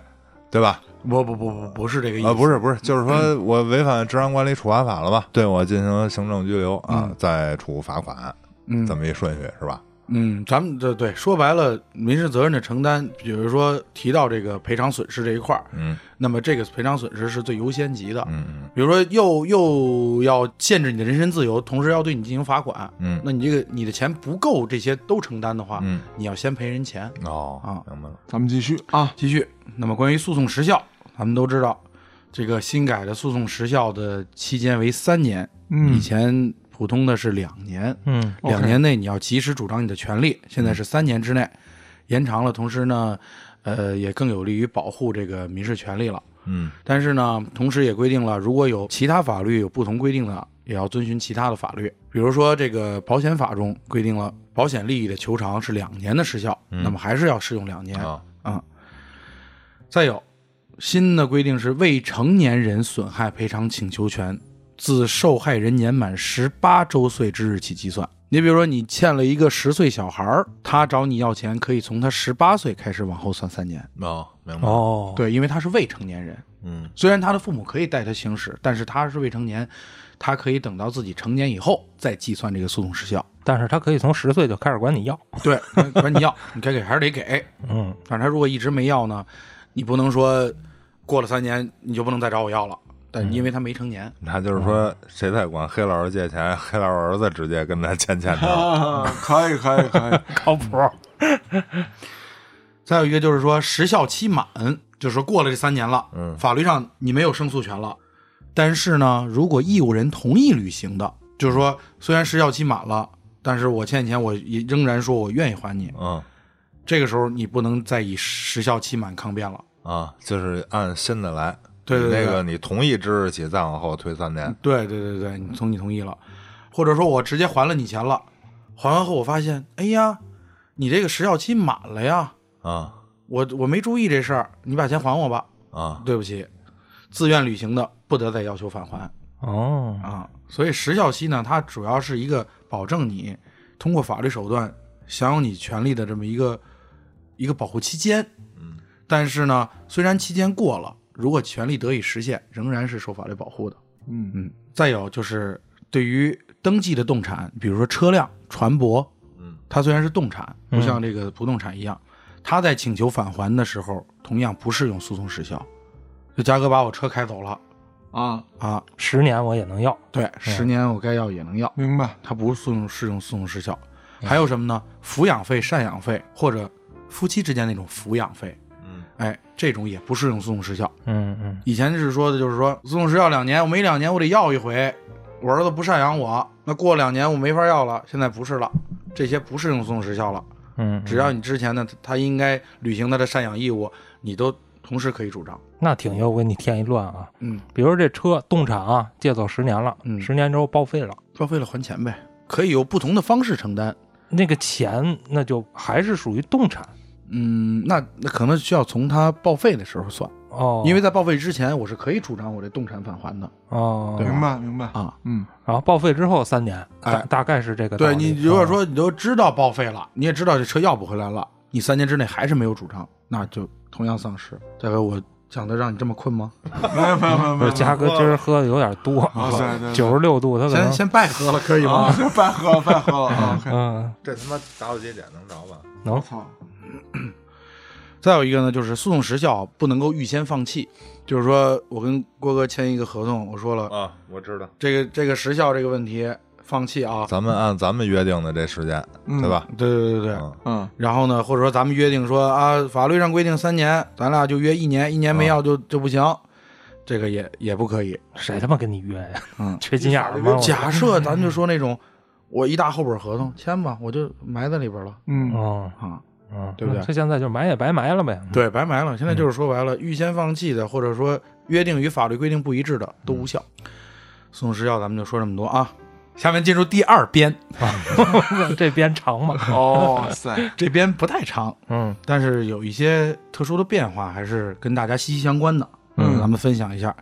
[SPEAKER 5] 对吧？
[SPEAKER 3] 不不不不不是这个意思，
[SPEAKER 5] 啊，不是不是，就 是说我违反治安管理处罚法了吧？对我进行行政拘留
[SPEAKER 1] 嗯
[SPEAKER 5] 啊，再处罚款，
[SPEAKER 3] 嗯
[SPEAKER 5] 这么一顺序是吧？
[SPEAKER 3] 嗯，咱们这对说白了，民事责任的承担，比如说提到这个赔偿损失这一块儿，
[SPEAKER 5] 嗯
[SPEAKER 3] 那么这个赔偿损失是最优先级的。
[SPEAKER 5] 嗯嗯
[SPEAKER 3] 比如说又又要限制你的人身自由，同时要对你进行罚款，
[SPEAKER 5] 嗯
[SPEAKER 3] 那你这个你的钱不够这些都承担的话，
[SPEAKER 5] 嗯，
[SPEAKER 3] 你要先赔人钱。
[SPEAKER 5] 哦
[SPEAKER 3] 啊
[SPEAKER 5] 明白了，
[SPEAKER 1] 咱们继续啊，
[SPEAKER 3] 继续，那么关于诉讼时效，咱们都知道，这个新改的诉讼时效的期间为三年，以
[SPEAKER 1] 嗯
[SPEAKER 3] 前普通的是两年，
[SPEAKER 4] 嗯，
[SPEAKER 1] OK
[SPEAKER 3] 两年内你要及时主张你的权利，现在是三年之内，延长了，同时呢，呃，也更有利于保护这个民事权利了。
[SPEAKER 5] 嗯
[SPEAKER 3] 但是呢，同时也规定了，如果有其他法律有不同规定的，也要遵循其他的法律。比如说，这个保险法中规定了保险利益的求偿是两年的时效，那么还是要适用两年
[SPEAKER 5] 啊
[SPEAKER 3] 啊。再有，新的规定是未成年人损害赔偿请求权，自受害人年满十八周岁之日起计算。你比如说，你欠了一个十岁小孩儿，他找你要钱，可以从他十八岁开始往后算三年。
[SPEAKER 5] 哦，明白了，
[SPEAKER 4] 哦，
[SPEAKER 3] 对，因为他是未成年人。
[SPEAKER 5] 嗯
[SPEAKER 3] 虽然他的父母可以代他行使，但是他是未成年，他可以等到自己成年以后再计算这个诉讼时效。
[SPEAKER 4] 但是他可以从十岁就开始管你要。
[SPEAKER 3] 对，管你要，你该给还是得给。
[SPEAKER 4] 嗯，
[SPEAKER 3] 反正他如果一直没要呢，你不能说过了三年你就不能再找我要了，但因为他没成年。
[SPEAKER 5] 他就是说谁再管黑老师借钱，黑老师儿子直接跟他欠欠账，
[SPEAKER 1] 啊，可以可以可以，
[SPEAKER 4] 靠谱。
[SPEAKER 3] 再有一个就是说时效期满，就是说过了这三年了，
[SPEAKER 5] 嗯
[SPEAKER 3] 法律上你没有胜诉权了。但是呢，如果义务人同意履行的，就是说虽然时效期满了，但是我欠你钱，我也仍然说我愿意还你，
[SPEAKER 5] 嗯
[SPEAKER 3] 这个时候你不能再以时效期满抗辩了。
[SPEAKER 5] 啊，就是按新的来，
[SPEAKER 3] 对对对
[SPEAKER 5] 那个你同意之日起再往后推三年，
[SPEAKER 3] 对对对对，你从你同意了，或者说我直接还了你钱了，还完后我发现，哎呀，你这个时效期满了呀，
[SPEAKER 5] 啊
[SPEAKER 3] 我我没注意这事儿，你把钱还我吧。
[SPEAKER 5] 啊，
[SPEAKER 3] 对不起，自愿履行的不得再要求返还
[SPEAKER 4] 哦，
[SPEAKER 3] 啊。所以时效期呢，它主要是一个保证你通过法律手段享有你权利的这么一个一个保护期间。
[SPEAKER 5] 嗯，
[SPEAKER 3] 但是呢，虽然期间过了，如果权利得以实现，仍然是受法律保护的。
[SPEAKER 1] 嗯
[SPEAKER 3] 嗯，再有就是对于登记的动产，比如说车辆、船舶，
[SPEAKER 5] 嗯，
[SPEAKER 3] 它虽然是动产，不
[SPEAKER 4] 嗯
[SPEAKER 3] 像这个不动产一样，它在请求返还的时候，同样不适用诉讼时效。就嘉哥把我车开走了
[SPEAKER 1] 啊，
[SPEAKER 3] 啊，
[SPEAKER 4] 十年我也能要。
[SPEAKER 3] 对，十
[SPEAKER 5] 哎
[SPEAKER 3] 年我该要也能要，
[SPEAKER 1] 明白，
[SPEAKER 3] 它不是诉讼适用诉讼时效。还有什么呢？抚养费、赡养费或者夫妻之间那种抚养费，
[SPEAKER 5] 嗯，
[SPEAKER 3] 哎，这种也不适用诉讼时效。
[SPEAKER 4] 嗯嗯，
[SPEAKER 3] 以前是说的就是说诉讼时效两年，我每两年我得要一回，我儿子不赡养我，那过两年我没法要了。现在不是了，这些不适用诉讼时效了，
[SPEAKER 4] 嗯，
[SPEAKER 3] 只要你之前呢他应该履行他的赡养义务，你都同时可以主张。
[SPEAKER 4] 那挺爷，我给你添一乱啊。
[SPEAKER 3] 嗯，
[SPEAKER 4] 比如这车动产啊，借走十年了，
[SPEAKER 3] 嗯
[SPEAKER 4] 十年之后报废了，
[SPEAKER 3] 报废了还钱呗，可以有不同的方式承担。
[SPEAKER 4] 那个钱那就还是属于动产
[SPEAKER 3] 嗯，那那可能需要从他报废的时候算，
[SPEAKER 4] 哦，
[SPEAKER 3] 因为在报废之前，我是可以主张我这动产返还的。
[SPEAKER 4] 哦，
[SPEAKER 1] 明白明白
[SPEAKER 3] 啊，
[SPEAKER 1] 嗯，
[SPEAKER 4] 然后报废之后三年，大
[SPEAKER 3] 哎
[SPEAKER 4] 大概是这个道
[SPEAKER 3] 对
[SPEAKER 4] 理。
[SPEAKER 3] 你如果
[SPEAKER 4] 啊
[SPEAKER 3] 说你都知道报废了，你也知道这车要不回来了，你三年之内还是没有主张，那就同样丧失。大哥，我讲的让你这么困吗？
[SPEAKER 1] 没有没有没有没
[SPEAKER 4] 不
[SPEAKER 1] 有，
[SPEAKER 4] 是嘉哥今儿喝的有点多
[SPEAKER 1] 啊对对，对
[SPEAKER 4] 九十六度，他可
[SPEAKER 3] 先
[SPEAKER 4] 能
[SPEAKER 3] 先拜喝了可以吗？
[SPEAKER 1] 拜喝了拜 喝了啊！OK
[SPEAKER 4] 嗯
[SPEAKER 5] 这他妈打火机点能着吗？
[SPEAKER 4] 能
[SPEAKER 1] 操，
[SPEAKER 3] 再有一个呢，就是诉讼时效不能够预先放弃，就是说我跟郭哥签一个合同，我说了
[SPEAKER 5] 啊，我知道。
[SPEAKER 3] 这个这个时效这个问题放弃啊，
[SPEAKER 5] 咱们按咱们约定的这时间，
[SPEAKER 1] 嗯
[SPEAKER 5] 对吧？
[SPEAKER 3] 对对对对。
[SPEAKER 5] 嗯
[SPEAKER 1] 嗯，
[SPEAKER 3] 然后呢，或者说咱们约定说啊，法律上规定三年，咱俩就约一年，一年没要就、就不行，这个也也不可以。
[SPEAKER 4] 谁他妈跟你约呀？
[SPEAKER 3] 嗯
[SPEAKER 4] 缺心眼儿吗？
[SPEAKER 3] 假设咱就说那种，我一大厚本合同签吧，我就埋在里边了
[SPEAKER 1] 嗯，
[SPEAKER 4] 嗯
[SPEAKER 3] 啊。
[SPEAKER 4] 嗯，
[SPEAKER 3] 对不对
[SPEAKER 4] 那他现在就埋也白埋了呗。
[SPEAKER 3] 对，白埋了。现在就是说白了，预先放弃的，或者说约定与法律规定不一致的，都无效。诉讼时效咱们就说这么多啊。下面进入第二编，
[SPEAKER 4] 这边长嘛。
[SPEAKER 1] 哦塞，
[SPEAKER 3] 这编不太长，
[SPEAKER 4] 嗯
[SPEAKER 3] 但是有一些特殊的变化，还是跟大家息息相关的。
[SPEAKER 1] 嗯
[SPEAKER 3] 咱们分享一下。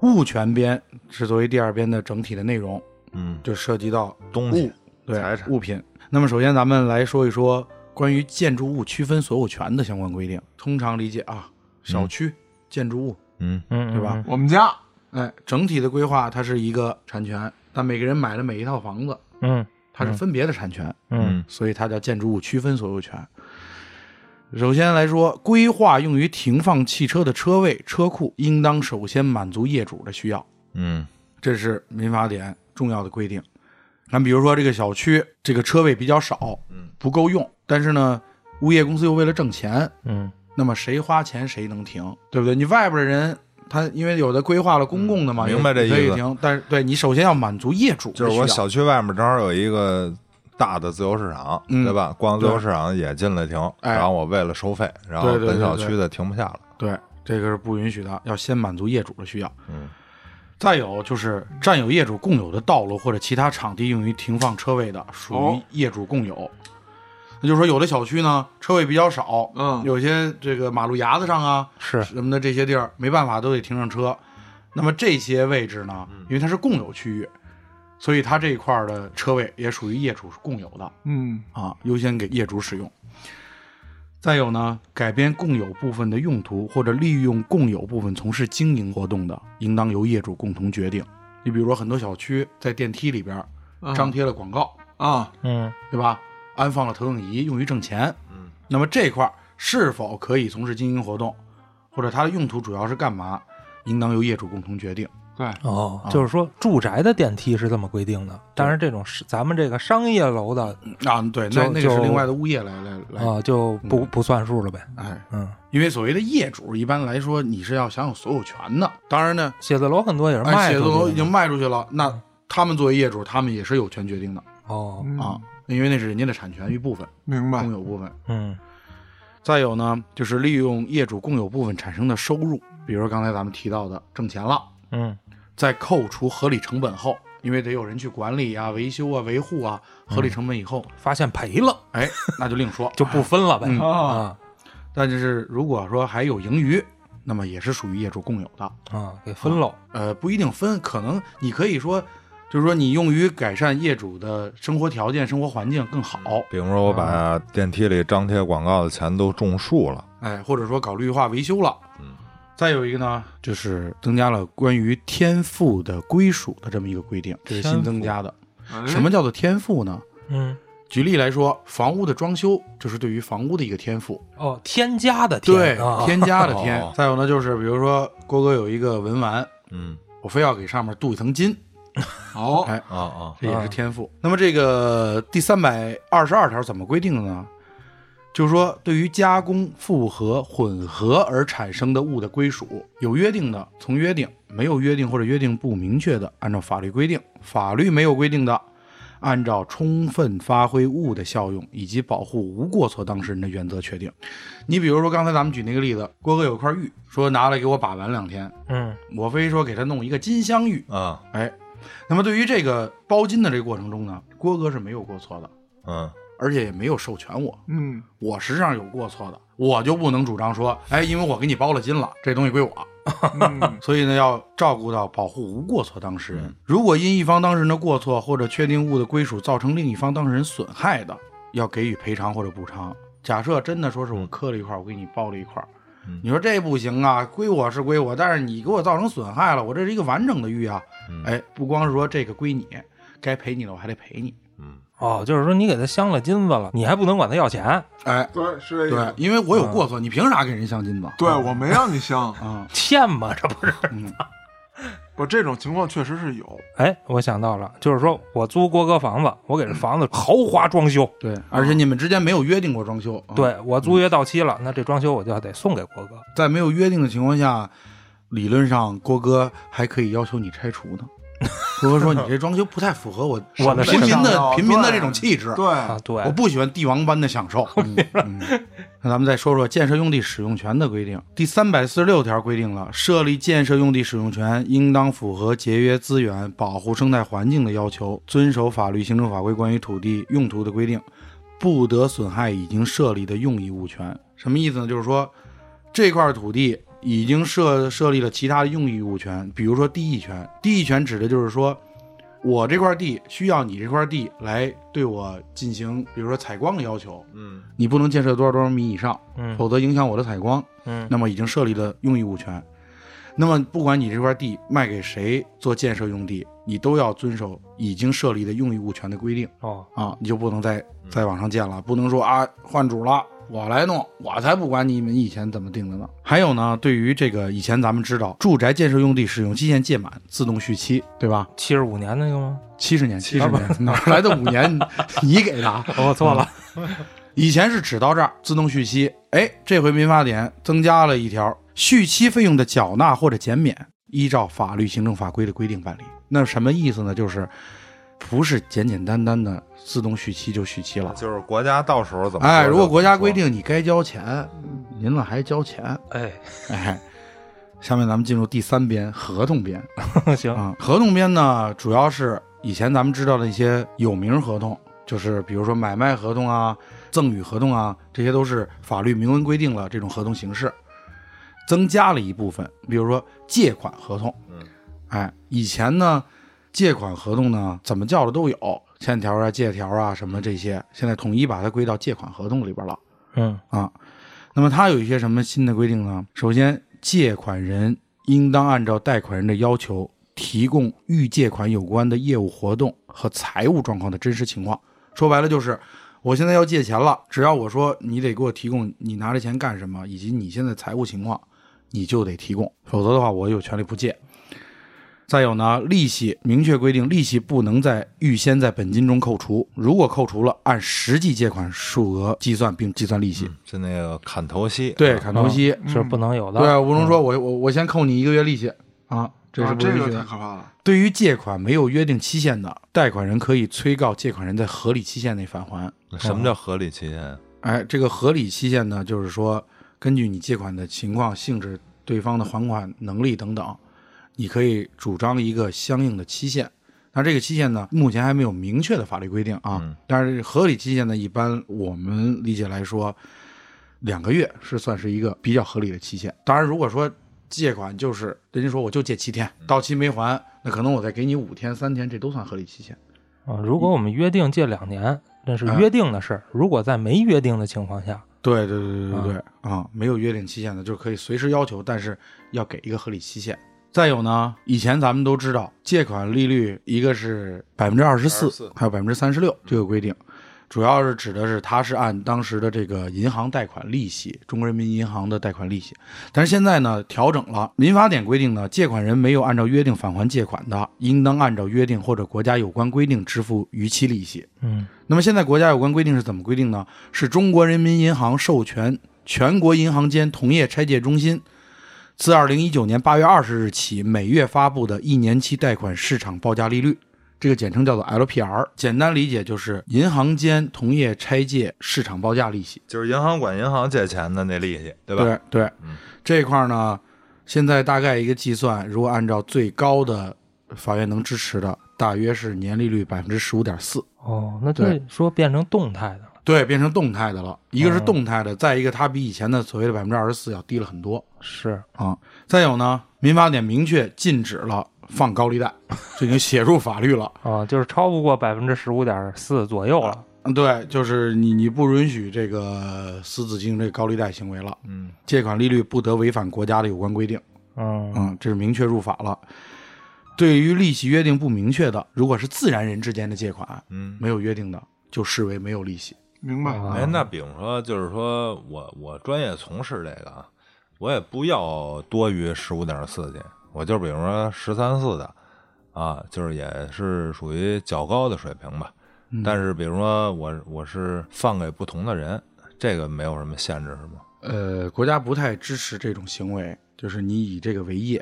[SPEAKER 3] 物权编是作为第二编的整体的内容，
[SPEAKER 5] 嗯，哦
[SPEAKER 3] 就涉及到
[SPEAKER 5] 东
[SPEAKER 3] 物
[SPEAKER 5] 西
[SPEAKER 3] 对
[SPEAKER 5] 财产
[SPEAKER 3] 物品。那么首先咱们来说一说关于建筑物区分所有权的相关规定。通常理解啊，小区、建筑物，
[SPEAKER 5] 嗯
[SPEAKER 4] 嗯，
[SPEAKER 3] 对吧
[SPEAKER 4] 嗯？
[SPEAKER 1] 我们家
[SPEAKER 3] 哎，整体的规划它是一个产权，但每个人买的每一套房子，
[SPEAKER 4] 嗯
[SPEAKER 3] 它是分别的产权。
[SPEAKER 4] 嗯
[SPEAKER 3] 所以它叫建筑物区分所有权。首先来说，规划用于停放汽车的车位、车库，应当首先满足业主的需要，
[SPEAKER 5] 嗯
[SPEAKER 3] 这是民法典重要的规定。咱比如说这个小区这个车位比较少，
[SPEAKER 5] 嗯，
[SPEAKER 3] 不够用，但是呢，物业公司又为了挣钱，
[SPEAKER 4] 嗯
[SPEAKER 3] 那么谁花钱谁能停，对不对？你外边的人。他因为有的规划了公共的嘛，
[SPEAKER 5] 嗯明白这意思
[SPEAKER 3] 可以停，但是对你首先要满足业主的
[SPEAKER 5] 就
[SPEAKER 3] 需要，
[SPEAKER 5] 是我小区外面正好有一个大的自由市场，
[SPEAKER 3] 嗯
[SPEAKER 5] 对吧？逛自由市场也进来停，
[SPEAKER 3] 哎
[SPEAKER 5] 然后我为了收费，然后
[SPEAKER 3] 对对对
[SPEAKER 5] 本小
[SPEAKER 3] 对
[SPEAKER 5] 区的停不下了。
[SPEAKER 3] 对，这个是不允许的，要先满足业主的需要。
[SPEAKER 5] 嗯，
[SPEAKER 3] 再有就是占有业主共有的道路或者其他场地用于停放车位的，属于
[SPEAKER 1] 哦
[SPEAKER 3] 业主共有。那就是说，有的小区呢车位比较少，
[SPEAKER 1] 嗯
[SPEAKER 3] 有些这个马路牙子上啊
[SPEAKER 4] 是
[SPEAKER 3] 什么的这些地儿没办法都得停上车。那么这些位置呢，
[SPEAKER 1] 嗯
[SPEAKER 3] 因为它是共有区域，所以它这一块儿的车位也属于业主共有的。
[SPEAKER 1] 嗯
[SPEAKER 3] 啊，优先给业主使用。再有呢，改变共有部分的用途或者利用共有部分从事经营活动的，应当由业主共同决定。你比如说，很多小区在电梯里边儿张贴了广告，
[SPEAKER 1] 嗯啊，
[SPEAKER 4] 嗯
[SPEAKER 3] 对吧？安放了投影仪用于挣钱。
[SPEAKER 5] 嗯，
[SPEAKER 3] 那么这块儿是否可以从事经营活动，或者它的用途主要是干嘛，应当由业主共同决定。
[SPEAKER 1] 对，
[SPEAKER 4] 哦
[SPEAKER 3] 啊，
[SPEAKER 4] 就是说住宅的电梯是这么规定的，但是这种是咱们这个商业楼的
[SPEAKER 3] 啊，对，那
[SPEAKER 4] 就
[SPEAKER 3] 那个是
[SPEAKER 4] 就
[SPEAKER 3] 另外的物业来来来，嗯
[SPEAKER 4] 啊就不不算数了呗。
[SPEAKER 3] 哎，
[SPEAKER 4] 嗯，
[SPEAKER 3] 因为所谓的业主一般来说你是要享有所有权的。当然呢，
[SPEAKER 4] 写字楼很多也是
[SPEAKER 3] 哎，
[SPEAKER 4] 卖
[SPEAKER 3] 写字
[SPEAKER 4] 出
[SPEAKER 3] 楼
[SPEAKER 4] 去
[SPEAKER 3] 已
[SPEAKER 4] 的
[SPEAKER 3] 经
[SPEAKER 4] 嘛
[SPEAKER 3] 卖出去了，那他们作为业主，他们也是有权决定的
[SPEAKER 4] 哦，
[SPEAKER 3] 啊
[SPEAKER 1] 嗯，，
[SPEAKER 3] 因为那是人家的产权一部分，
[SPEAKER 1] 明白
[SPEAKER 3] 共，有部分。
[SPEAKER 4] 嗯
[SPEAKER 3] 再有呢，就是利用业主共有部分产生的收入，比如刚才咱们提到的挣钱了，
[SPEAKER 4] 嗯
[SPEAKER 3] 在扣除合理成本后，因为得有人去管理啊、维修啊、维护啊，合理成本以后，
[SPEAKER 4] 发现赔了
[SPEAKER 3] 哎，那就另说。
[SPEAKER 4] 就不分了呗。
[SPEAKER 3] 嗯
[SPEAKER 4] 啊
[SPEAKER 3] 但是如果说还有盈余，那么也是属于业主共有的。
[SPEAKER 4] 啊，给分喽。
[SPEAKER 3] 呃，不一定分，可能你可以说，就是说你用于改善业主的生活条件、生活环境更好，
[SPEAKER 5] 比如说我
[SPEAKER 3] 啊
[SPEAKER 5] 把电梯里张贴广告的钱都种树了，
[SPEAKER 3] 哎，或者说搞绿化维修了。
[SPEAKER 5] 嗯，
[SPEAKER 3] 再有一个呢，就是增加了关于天赋的归属的这么一个规定，这是新增加的。
[SPEAKER 5] 哎
[SPEAKER 1] 哎
[SPEAKER 3] 什么叫做天赋呢？
[SPEAKER 4] 嗯，
[SPEAKER 3] 举例来说，房屋的装修就是对于房屋的一个天赋，
[SPEAKER 4] 哦，添加的添
[SPEAKER 3] 对，
[SPEAKER 4] 啊
[SPEAKER 3] 添加的添
[SPEAKER 5] 哦。
[SPEAKER 3] 再有呢，就是比如说郭哥有一个文玩，
[SPEAKER 5] 嗯，
[SPEAKER 3] 我非要给上面镀一层金，
[SPEAKER 1] 哦
[SPEAKER 3] 哎，
[SPEAKER 5] 啊啊，
[SPEAKER 3] 这也是天赋。那么这个第三百二十二条怎么规定的呢？就是说，对于加工、复合、混合而产生的物的归属，有约定的从约定，没有约定或者约定不明确的，按照法律规定；法律没有规定的，按照充分发挥物的效用以及保护无过错当事人的原则确定。你比如说刚才咱们举那个例子，郭哥有块玉，说拿来给我把玩两天，
[SPEAKER 4] 嗯
[SPEAKER 3] 我非说给他弄一个金镶玉，
[SPEAKER 5] 啊
[SPEAKER 3] 哎，那么对于这个包金的这个过程中呢，郭哥是没有过错的，
[SPEAKER 5] 嗯
[SPEAKER 3] 而且也没有授权我，
[SPEAKER 1] 嗯，
[SPEAKER 3] 我实际上有过错的，我就不能主张说，哎，因为我给你包了金了，这东西归我。
[SPEAKER 1] 嗯
[SPEAKER 3] 所以呢，要照顾到保护无过错当事人。如果因一方当事人的过错或者确定物的归属造成另一方当事人损害的，要给予赔偿或者补偿。假设真的说是我磕了一块，我给你包了一块，
[SPEAKER 5] 嗯
[SPEAKER 3] 你说这不行啊，归我是归我，但是你给我造成损害了，我这是一个完整的玉啊。
[SPEAKER 5] 嗯
[SPEAKER 3] 哎，不光是说这个归你，该赔你的我还得赔你。
[SPEAKER 5] 嗯
[SPEAKER 4] 哦，就是说你给他镶了金子了，你还不能管他要钱，
[SPEAKER 3] 哎，
[SPEAKER 1] 对，是这意
[SPEAKER 3] 对
[SPEAKER 1] 思，。
[SPEAKER 3] 因为我有过错，你凭啥给人镶金子？
[SPEAKER 1] 对，我没让你香，
[SPEAKER 3] 啊，
[SPEAKER 4] 欠嘛，这不是？
[SPEAKER 3] 嗯，
[SPEAKER 1] 不，这种情况确实是有。
[SPEAKER 4] 哎，我想到了，就是说我租郭哥房子，我给这房子豪华装修，
[SPEAKER 3] 对，而且你们之间没有约定过装修，啊，
[SPEAKER 4] 对我租约到期了，那这装修我就得送给郭哥。
[SPEAKER 3] 在没有约定的情况下，理论上郭哥还可以要求你拆除呢。郭哥说：“你这装修不太符合我
[SPEAKER 4] 我的
[SPEAKER 3] 平民
[SPEAKER 1] 审美
[SPEAKER 3] 的
[SPEAKER 1] 啊
[SPEAKER 3] 平民的
[SPEAKER 1] 对
[SPEAKER 3] 这种气质，
[SPEAKER 1] 对，
[SPEAKER 4] 啊，对，
[SPEAKER 3] 我不喜欢帝王般的享受。嗯”嗯那咱们再说说建设用地使用权的规定。第三百四十六条规定了，设立建设用地使用权应当符合节约资源、保护生态环境的要求，遵守法律、行政法规关于土地用途的规定，不得损害已经设立的用益物权。什么意思呢？就是说，这块土地已经设设立了其他的用益物权，比如说地役权。地役权指的就是说，我这块地需要你这块地来对我进行，比如说采光的要求，
[SPEAKER 5] 嗯
[SPEAKER 3] 你不能建设多少多少米以上，
[SPEAKER 4] 嗯
[SPEAKER 3] 否则影响我的采光。
[SPEAKER 4] 嗯
[SPEAKER 3] 那么已经设立了用益物权。那么不管你这块地卖给谁做建设用地，你都要遵守已经设立的用益物权的规定。
[SPEAKER 4] 哦，
[SPEAKER 3] 啊，你就不能再
[SPEAKER 4] 嗯
[SPEAKER 3] 再往上建了，不能说啊换主了，我来弄，我才不管你们以前怎么定的呢。还有呢，对于这个以前咱们知道，住宅建设用地使用期限届满，自动续期，对吧？
[SPEAKER 4] 七十五年那个吗？
[SPEAKER 3] 七十年，七十年，哪 儿来的五年？你给的啊？
[SPEAKER 4] 我错了，
[SPEAKER 3] 以前是只到这儿自动续期，哎，这回民法典增加了一条，续期费用的缴纳或者减免，依照法律、行政法规的规定办理。那什么意思呢？就是不是简简单单的自动续期就续期了，
[SPEAKER 5] 嗯就是国家到时候怎么
[SPEAKER 3] 哎，
[SPEAKER 5] 说
[SPEAKER 3] 如果
[SPEAKER 5] 就
[SPEAKER 3] 国家
[SPEAKER 5] 怎么
[SPEAKER 3] 规
[SPEAKER 5] 说
[SPEAKER 3] 定你该交钱，您了还交钱，
[SPEAKER 4] 哎，
[SPEAKER 3] 哎。下面咱们进入第三编，合同编
[SPEAKER 4] 哎 行，
[SPEAKER 3] 啊、合同编呢，主要是以前咱们知道的一些有名合同，就是比如说买卖合同啊、赠与合同啊，这些都是法律明文规定了这种合同形式，增加了一部分，比如说借款合同。
[SPEAKER 5] 嗯，
[SPEAKER 3] 哎，以前呢，借款合同呢，怎么叫的都有，欠条啊、借条啊什么这些，现在统一把它归到借款合同里边了。
[SPEAKER 4] 嗯
[SPEAKER 3] 啊。那么它有一些什么新的规定呢？首先，借款人应当按照贷款人的要求，提供与借款有关的业务活动和财务状况的真实情况。说白了就是，我现在要借钱了，只要我说你得给我提供你拿这钱干什么，以及你现在财务情况，你就得提供，否则的话我有权利不借。再有呢，利息明确规定，利息不能在预先在本金中扣除，如果扣除了，按实际借款数额计算并计算利息。
[SPEAKER 5] 嗯是那个砍头息，
[SPEAKER 3] 对，砍头嗯息。
[SPEAKER 4] 是不能有的。
[SPEAKER 3] 嗯对，啊吴龙说，我我我先扣你一个月利息啊，这是
[SPEAKER 1] 啊
[SPEAKER 3] 不
[SPEAKER 1] 这
[SPEAKER 3] 允
[SPEAKER 1] 个
[SPEAKER 3] 许
[SPEAKER 1] 太
[SPEAKER 3] 的。
[SPEAKER 1] 可怕了。
[SPEAKER 3] 对于借款没有约定期限的，贷款人可以催告借款人在合理期限内返还。
[SPEAKER 5] 嗯什么叫合理期限？啊
[SPEAKER 3] 哎，这个合理期限呢，就是说根据你借款的情况、性质、对方的还款能力等等，你可以主张一个相应的期限。那这个期限呢，目前还没有明确的法律规定啊。
[SPEAKER 5] 嗯
[SPEAKER 3] 但是合理期限呢，一般我们理解来说，两个月是算是一个比较合理的期限。当然，如果说借款就是人家说我就借七天，到期没还，那可能我再给你五天、三天，这都算合理期限。
[SPEAKER 4] 啊，如果我们约定借两年，那是
[SPEAKER 3] 啊
[SPEAKER 4] 约定的事儿；如果在没约定的情况下，
[SPEAKER 3] 对对对对对对啊、没有约定期限的，就是可以随时要求，但是要给一个合理期限。再有呢，以前咱们都知道，借款利率一个是百分之二十四
[SPEAKER 5] 24，
[SPEAKER 3] 嗯还有百分之三十六这个规定，主要是指的是它是按当时的这个银行贷款利息，中国人民银行的贷款利息。但是现在呢，调整了，民法典规定呢，借款人没有按照约定返还借款的，应当按照约定或者国家有关规定支付逾期利息。
[SPEAKER 4] 嗯，
[SPEAKER 3] 那么现在国家有关规定是怎么规定呢？是中国人民银行授权全国银行间同业拆借中心，自二零一九年八月二十日起每月发布的一年期贷款市场报价利率，这个简称叫做 LPR，简单理解就是银行间同业拆借市场报价利息。
[SPEAKER 5] 就是银行管银行借钱的那利息，对吧？
[SPEAKER 3] 对对
[SPEAKER 5] 嗯
[SPEAKER 3] 这一块儿呢，现在大概一个计算，如果按照最高的法院能支持的，大约是年利率百分之十五点四。
[SPEAKER 4] 哦，那就是
[SPEAKER 3] 对
[SPEAKER 4] 说变成动态的了，
[SPEAKER 3] 对，变成动态的了。一个是
[SPEAKER 4] 哦
[SPEAKER 3] 动态的，再一个它比以前的所谓的百分之二十四要低了很多
[SPEAKER 4] 是
[SPEAKER 3] 啊、再有呢，民法典明确禁止了放高利贷，这已经写入法律了。
[SPEAKER 4] 啊，就是超不过百分之十五点四左右了。
[SPEAKER 3] 嗯，对，就是你你不允许这个私自经营这个高利贷行为了，
[SPEAKER 5] 嗯，
[SPEAKER 3] 借款利率不得违反国家的有关规定。
[SPEAKER 4] 嗯，
[SPEAKER 3] 嗯，这是明确入法了。对于利息约定不明确的，如果是自然人之间的借款，
[SPEAKER 5] 嗯
[SPEAKER 3] 没有约定的，就视为没有利息。
[SPEAKER 1] 明白？
[SPEAKER 4] 啊
[SPEAKER 5] 哎，那比如说，就是说我我专业从事这个啊，我也不要多于十五点四去，我就比如说十三四的啊，就是也是属于较高的水平吧。
[SPEAKER 3] 嗯
[SPEAKER 5] 但是比如说我我是放给不同的人，这个没有什么限制是吗？
[SPEAKER 3] 呃，国家不太支持这种行为，就是你以这个为业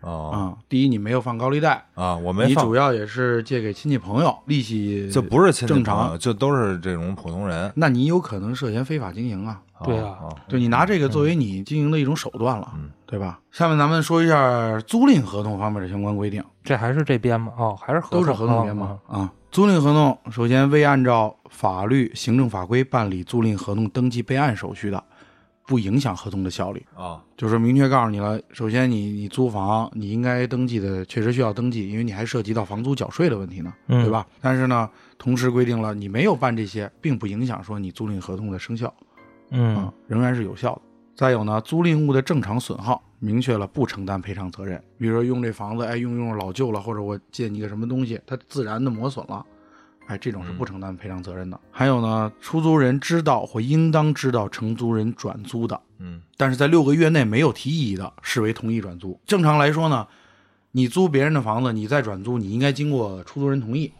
[SPEAKER 3] 啊、
[SPEAKER 5] 哦
[SPEAKER 3] 第一，你没有放高利贷，
[SPEAKER 5] 啊，我没
[SPEAKER 3] 你
[SPEAKER 5] 放
[SPEAKER 3] 主，要也是借给亲戚朋友，利息
[SPEAKER 5] 就不是亲戚
[SPEAKER 3] 正
[SPEAKER 5] 朋友
[SPEAKER 3] 常。
[SPEAKER 5] 就都是这种普通人。
[SPEAKER 3] 那你有可能涉嫌非法经营啊。
[SPEAKER 5] 哦
[SPEAKER 4] 对啊
[SPEAKER 5] 哦
[SPEAKER 3] 对你拿这个作为你经营的一种手段了，
[SPEAKER 5] 嗯
[SPEAKER 3] 对吧？下面咱们说一下租赁合同方面的相关规定，
[SPEAKER 4] 这还是这边吗？哦，还是合同
[SPEAKER 3] 都是合同
[SPEAKER 4] 哦
[SPEAKER 3] 编码
[SPEAKER 4] 哦
[SPEAKER 5] 嗯
[SPEAKER 3] 啊。租赁合同首先未按照法律、行政法规办理租赁合同登记备案手续的，不影响合同的效力。
[SPEAKER 5] 哦
[SPEAKER 3] 就是明确告诉你了，首先你你租房，你应该登记的，确实需要登记，因为你还涉及到房租缴税的问题呢，
[SPEAKER 4] 嗯
[SPEAKER 3] 对吧？但是呢，同时规定了你没有办这些，并不影响说你租赁合同的生效。
[SPEAKER 4] 嗯
[SPEAKER 3] 啊，仍然是有效的。再有呢，租赁物的正常损耗明确了不承担赔偿责任。比如说用这房子，哎，用用着老旧了，或者我借你个什么东西，它自然的磨损了，哎，这种是
[SPEAKER 4] 嗯
[SPEAKER 3] 不承担赔偿责任的。还有呢，出租人知道或应当知道承租人转租的，
[SPEAKER 5] 嗯
[SPEAKER 3] 但是在六个月内没有提异议的，视为同意转租。正常来说呢，你租别人的房子，你再转租，你应该经过出租人同意。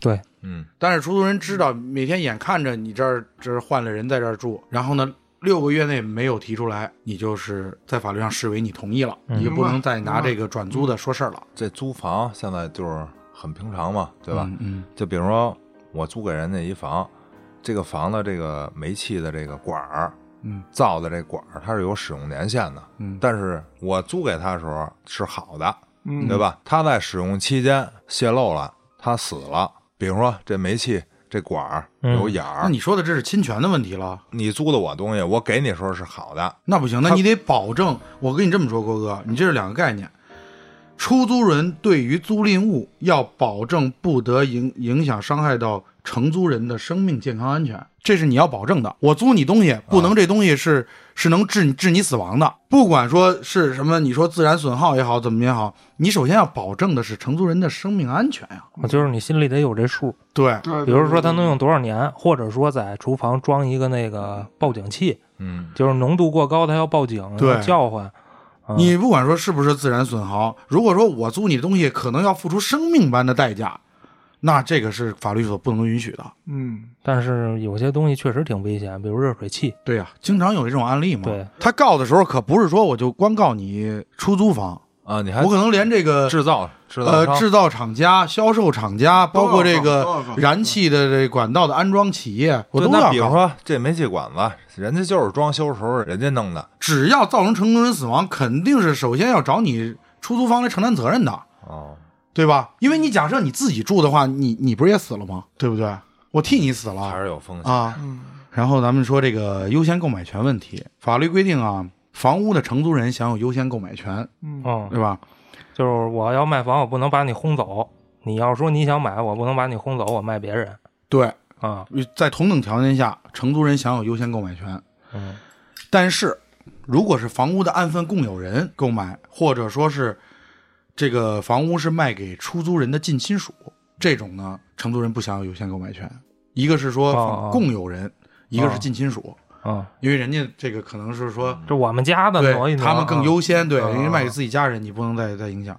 [SPEAKER 5] 嗯
[SPEAKER 3] 但是出租人知道每天眼看着你这儿这儿换了人在这儿住，然后呢，六个月内没有提出来，你就是在法律上视为你同意了，
[SPEAKER 4] 嗯
[SPEAKER 3] 你就不能再
[SPEAKER 1] 明
[SPEAKER 3] 拿
[SPEAKER 1] 白
[SPEAKER 3] 这个转租的说事儿了，
[SPEAKER 5] 这租房现在就是很平常嘛，嗯对
[SPEAKER 3] 对
[SPEAKER 5] 吧？？
[SPEAKER 3] 嗯，
[SPEAKER 5] 就比如说我租给人家一房，这个房的这个煤气的这个管儿，
[SPEAKER 3] 嗯，
[SPEAKER 5] 造的这管儿它是有使用年限的，
[SPEAKER 3] 嗯
[SPEAKER 5] 但是我租给他的时候是好的，
[SPEAKER 1] 嗯
[SPEAKER 5] 对吧？他在使用期间泄漏了，他死了，比如说这煤气这管儿
[SPEAKER 4] 嗯
[SPEAKER 5] 有眼儿，
[SPEAKER 3] 那你说的这是侵权的问题了，
[SPEAKER 5] 你租的我东西，我给你的时候是好的，
[SPEAKER 3] 那不行，那
[SPEAKER 5] 他
[SPEAKER 3] 你得保证。我跟你这么说，郭哥，你这是两个概念。出租人对于租赁物要保证不得影影响伤害到承租人的生命健康安全，这是你要保证的。我租你东西，不能这东西是、是能致你致你死亡的，不管说是什么，你说自然损耗也好，怎么也好，你首先要保证的是承租人的生命安全呀、
[SPEAKER 4] 哦就是你心里得有这数，
[SPEAKER 3] 对，
[SPEAKER 1] 对，
[SPEAKER 4] 比如说它能用多少年，或者说在厨房装一个那个报警器，
[SPEAKER 5] 嗯，
[SPEAKER 4] 就是浓度过高它要报警，
[SPEAKER 3] 对
[SPEAKER 4] 要叫唤。啊
[SPEAKER 3] 你不管说是不是自然损耗，如果说我租你的东西可能要付出生命般的代价，那这个是法律所不能允许的。
[SPEAKER 1] 嗯，
[SPEAKER 4] 但是有些东西确实挺危险，比如热水器。
[SPEAKER 3] 对呀、经常有这种案例嘛。
[SPEAKER 4] 对，
[SPEAKER 3] 他告的时候可不是说我就光告你出租房，
[SPEAKER 5] 啊，你还
[SPEAKER 3] 我可能连这个
[SPEAKER 5] 制造制造
[SPEAKER 3] 呃
[SPEAKER 5] 商
[SPEAKER 3] 制造厂家、销售厂家，
[SPEAKER 1] 都要
[SPEAKER 3] 包括这
[SPEAKER 1] 告
[SPEAKER 3] 个
[SPEAKER 1] 都要告
[SPEAKER 3] 燃气的这管道的安装企业，我
[SPEAKER 5] 对
[SPEAKER 3] 都
[SPEAKER 5] 那
[SPEAKER 3] 要
[SPEAKER 5] 比如
[SPEAKER 3] 告。
[SPEAKER 5] 说这煤气管子，人家就是装修时候人家弄的，
[SPEAKER 3] 只要造成成功人死亡，肯定是首先要找你出租方来承担责任的。
[SPEAKER 5] 哦，
[SPEAKER 3] 对吧？因为你假设你自己住的话，你你不是也死了吗？对不对？我替你死
[SPEAKER 5] 还
[SPEAKER 3] 了
[SPEAKER 5] 是有风险，
[SPEAKER 3] 啊。然后咱们说这个优先购买权问题，法律规定啊，房屋的承租人享有优先购买权，
[SPEAKER 1] 啊
[SPEAKER 4] 嗯，
[SPEAKER 3] 对吧？
[SPEAKER 4] 就是我要卖房，我不能把你轰走。你要说你想买，我不能把你轰走，我卖别人
[SPEAKER 3] 对，
[SPEAKER 4] 啊。
[SPEAKER 3] 在同等条件下，承租人享有优先购买权。
[SPEAKER 4] 嗯，
[SPEAKER 3] 但是，如果是房屋的按份共有人购买，或者说是这个房屋是卖给出租人的近亲属，这种呢，承租人不享有优先购买权。一个是说
[SPEAKER 4] 哦哦
[SPEAKER 3] 共有人，一个
[SPEAKER 4] 哦
[SPEAKER 3] 是近亲属。
[SPEAKER 4] 啊，
[SPEAKER 3] 因为人家这个可能是说，
[SPEAKER 4] 这我们家的
[SPEAKER 3] 对
[SPEAKER 4] 嗯挪一挪，
[SPEAKER 3] 他们更优先，对，
[SPEAKER 4] 嗯
[SPEAKER 3] 人家卖给自己家人，你不能再再影响。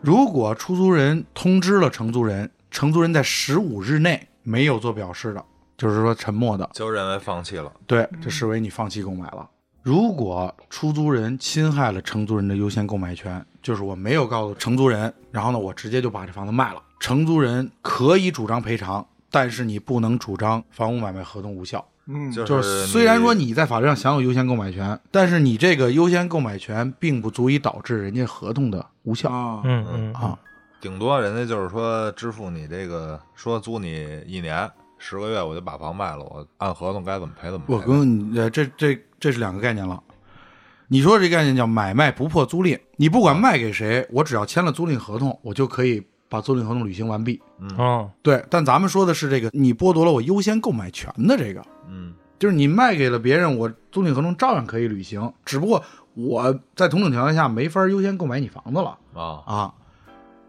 [SPEAKER 3] 如果出租人通知了承租人，承租人在十五日内没有做表示的，就是说沉默的，
[SPEAKER 5] 就认为放弃了。
[SPEAKER 3] 对，
[SPEAKER 4] 嗯
[SPEAKER 3] 这视为你放弃购买了。如果出租人侵害了承租人的优先购买权，就是我没有告诉承租人，然后呢，我直接就把这房子卖了，承租人可以主张赔偿，但是你不能主张房屋买卖合同无效。
[SPEAKER 1] 嗯，
[SPEAKER 5] 就
[SPEAKER 3] 就是
[SPEAKER 5] 是
[SPEAKER 3] 虽然说你在法律上享有优先购买权，但是你这个优先购买权并不足以导致人家合同的无效
[SPEAKER 1] 啊，
[SPEAKER 4] 嗯嗯
[SPEAKER 3] 啊。
[SPEAKER 5] 顶多人家就是说支付你这个，说租你一年十个月，我就把房卖了，我按合同该怎么赔怎么赔。
[SPEAKER 3] 我跟你呃，这这这是两个概念了。你说这概念叫买卖不破租赁，你不管卖给谁，我只要签了租赁合同，我就可以把租赁合同履行完毕。
[SPEAKER 4] 哦，
[SPEAKER 3] 对，但咱们说的是这个，你剥夺了我优先购买权的这个，
[SPEAKER 5] 嗯
[SPEAKER 3] 就是你卖给了别人，我租赁合同照样可以履行，只不过我在同等条件下没法优先购买你房子了
[SPEAKER 5] 啊，
[SPEAKER 3] 啊。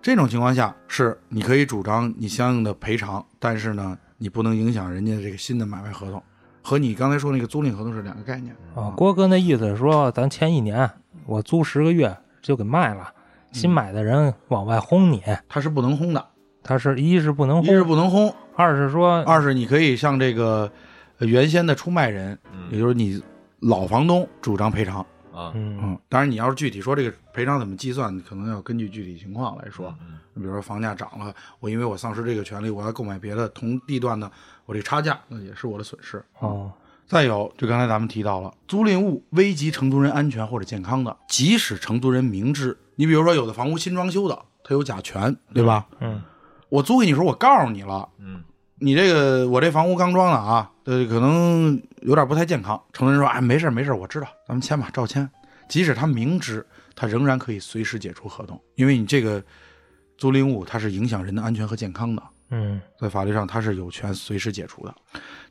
[SPEAKER 3] 这种情况下是你可以主张你相应的赔偿，但是呢，你不能影响人家这个新的买卖合同，和你刚才说那个租赁合同是两个概念。
[SPEAKER 4] 啊，郭哥那意思是说，咱签一年，我租十个月就给卖了，新买的人往外轰你，
[SPEAKER 3] 它是不能轰的，
[SPEAKER 4] 他是一是不能
[SPEAKER 3] 一是
[SPEAKER 4] 轰，
[SPEAKER 3] 不能轰，
[SPEAKER 4] 二是说，
[SPEAKER 3] 二是你可以向这个呃原先的出卖人，也
[SPEAKER 5] 嗯
[SPEAKER 3] 就是你老房东主张赔偿。
[SPEAKER 5] 啊，
[SPEAKER 4] 嗯
[SPEAKER 3] 嗯，当然你要是具体说这个赔偿怎么计算，你可能要根据具体情况来说。
[SPEAKER 5] 嗯
[SPEAKER 3] 比如说房价涨了，我因为我丧失这个权利，我要购买别的同地段的，我这差价那也是我的损失。
[SPEAKER 4] 哦
[SPEAKER 3] 再有，就刚才咱们提到了，租赁物危及承租人安全或者健康的，即使承租人明知，你比如说有的房屋新装修的，它有甲醛，对吧？
[SPEAKER 4] 嗯，
[SPEAKER 3] 我租给你时候，我告诉你了，
[SPEAKER 5] 嗯
[SPEAKER 3] 你这个我这房屋刚装的啊，呃，可能有点不太健康。承租人说，哎，没事儿没事儿，我知道，咱们签吧，照签。即使他明知，他仍然可以随时解除合同，因为你这个租赁物它是影响人的安全和健康的，
[SPEAKER 4] 嗯
[SPEAKER 3] 在法律上它是有权随时解除的。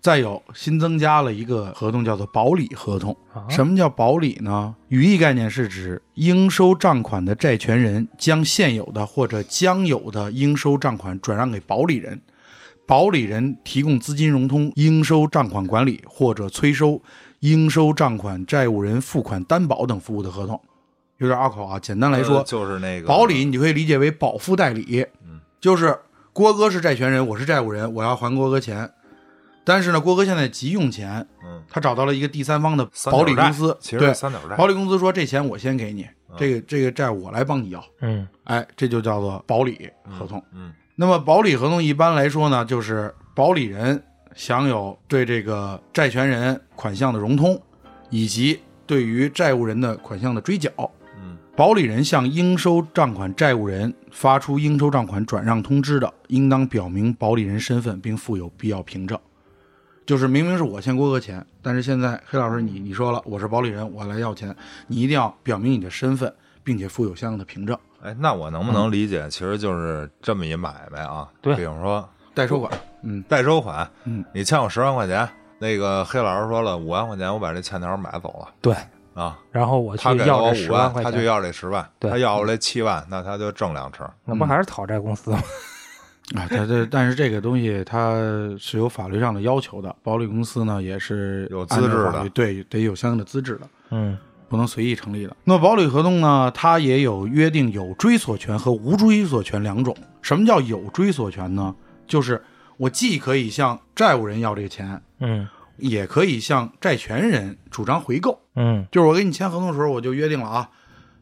[SPEAKER 3] 再有，新增加了一个合同叫做保理合同。
[SPEAKER 4] 啊
[SPEAKER 3] 什么叫保理呢？语义概念是指应收账款的债权人将现有的或者将有的应收账款转让给保理人，保理人提供资金融通应收账款管理或者催收应收账款债务人付款担保等服务的合同。有点拗口啊，简单来说，
[SPEAKER 5] 呃就是那个嗯
[SPEAKER 3] 保理你就可以理解为保付代理，就是郭哥是债权人，我是债务人，我要还郭哥钱。但是呢，郭哥现在急用钱，
[SPEAKER 5] 嗯，
[SPEAKER 3] 他找到了一个第三方的
[SPEAKER 5] 三角
[SPEAKER 3] 保理公司
[SPEAKER 5] 债，其实
[SPEAKER 3] 对
[SPEAKER 5] 是，三角债嗯
[SPEAKER 3] 保理公司说这钱我先给你，这个这个债我来帮你要，
[SPEAKER 4] 嗯
[SPEAKER 3] 哎，这就叫做保理合同。
[SPEAKER 5] 嗯
[SPEAKER 3] 那么保理合同一般来说呢，就是保理人享有对这个债权人款项的融通，以及对于债务人的款项的追缴。
[SPEAKER 5] 嗯
[SPEAKER 3] 保理人向应收账款债务人发出应收账款转让通知的，应当表明保理人身份，并附有必要凭证。就是明明是我欠郭哥钱，但是现在黑老师你你说了我是保理人，我来要钱，你一定要表明你的身份，并且附有相应的凭证。
[SPEAKER 5] 哎，那我能不能理解？其实就是这么一买卖啊。
[SPEAKER 4] 对
[SPEAKER 5] 比如说
[SPEAKER 3] 代收款，嗯，
[SPEAKER 5] 代收款，
[SPEAKER 3] 嗯，
[SPEAKER 5] 你欠我十万块钱，那个黑老师说了五万块钱，我把这欠条买走了
[SPEAKER 4] 对，
[SPEAKER 5] 啊。
[SPEAKER 4] 然后我去
[SPEAKER 5] 他给了
[SPEAKER 4] 要
[SPEAKER 5] 我
[SPEAKER 4] 这
[SPEAKER 5] 五
[SPEAKER 4] 十万块
[SPEAKER 5] 他就
[SPEAKER 4] 钱，
[SPEAKER 5] 要这十万，
[SPEAKER 4] 对
[SPEAKER 5] 他要我这七万，那他就挣两成。
[SPEAKER 4] 那不还是讨债公司吗？
[SPEAKER 3] 啊，但这但是这个东西它是有法律上的要求的，保理公司呢也是
[SPEAKER 5] 有
[SPEAKER 3] 按照
[SPEAKER 5] 资质的
[SPEAKER 3] 法律对，得有相应的资质的。
[SPEAKER 4] 嗯
[SPEAKER 3] 不能随意成立的。那保理合同呢？它也有约定有追索权和无追索权两种。什么叫有追索权呢？就是我既可以向债务人要这个钱，
[SPEAKER 4] 嗯
[SPEAKER 3] 也可以向债权人主张回购。
[SPEAKER 4] 嗯
[SPEAKER 3] 就是我跟你签合同的时候，我就约定了啊，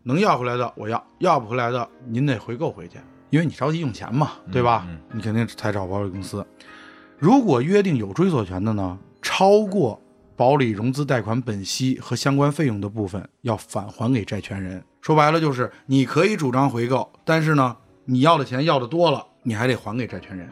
[SPEAKER 3] 能要回来的我要，要不回来的您得回购回去，因为你着急用钱嘛，对吧？
[SPEAKER 5] 嗯
[SPEAKER 3] 你肯定才找保理公司。如果约定有追索权的呢，超过保理融资贷款本息和相关费用的部分，要返还给债权人。说白了就是，你可以主张回购，但是呢，你要的钱要的多了，你还得还给债权人。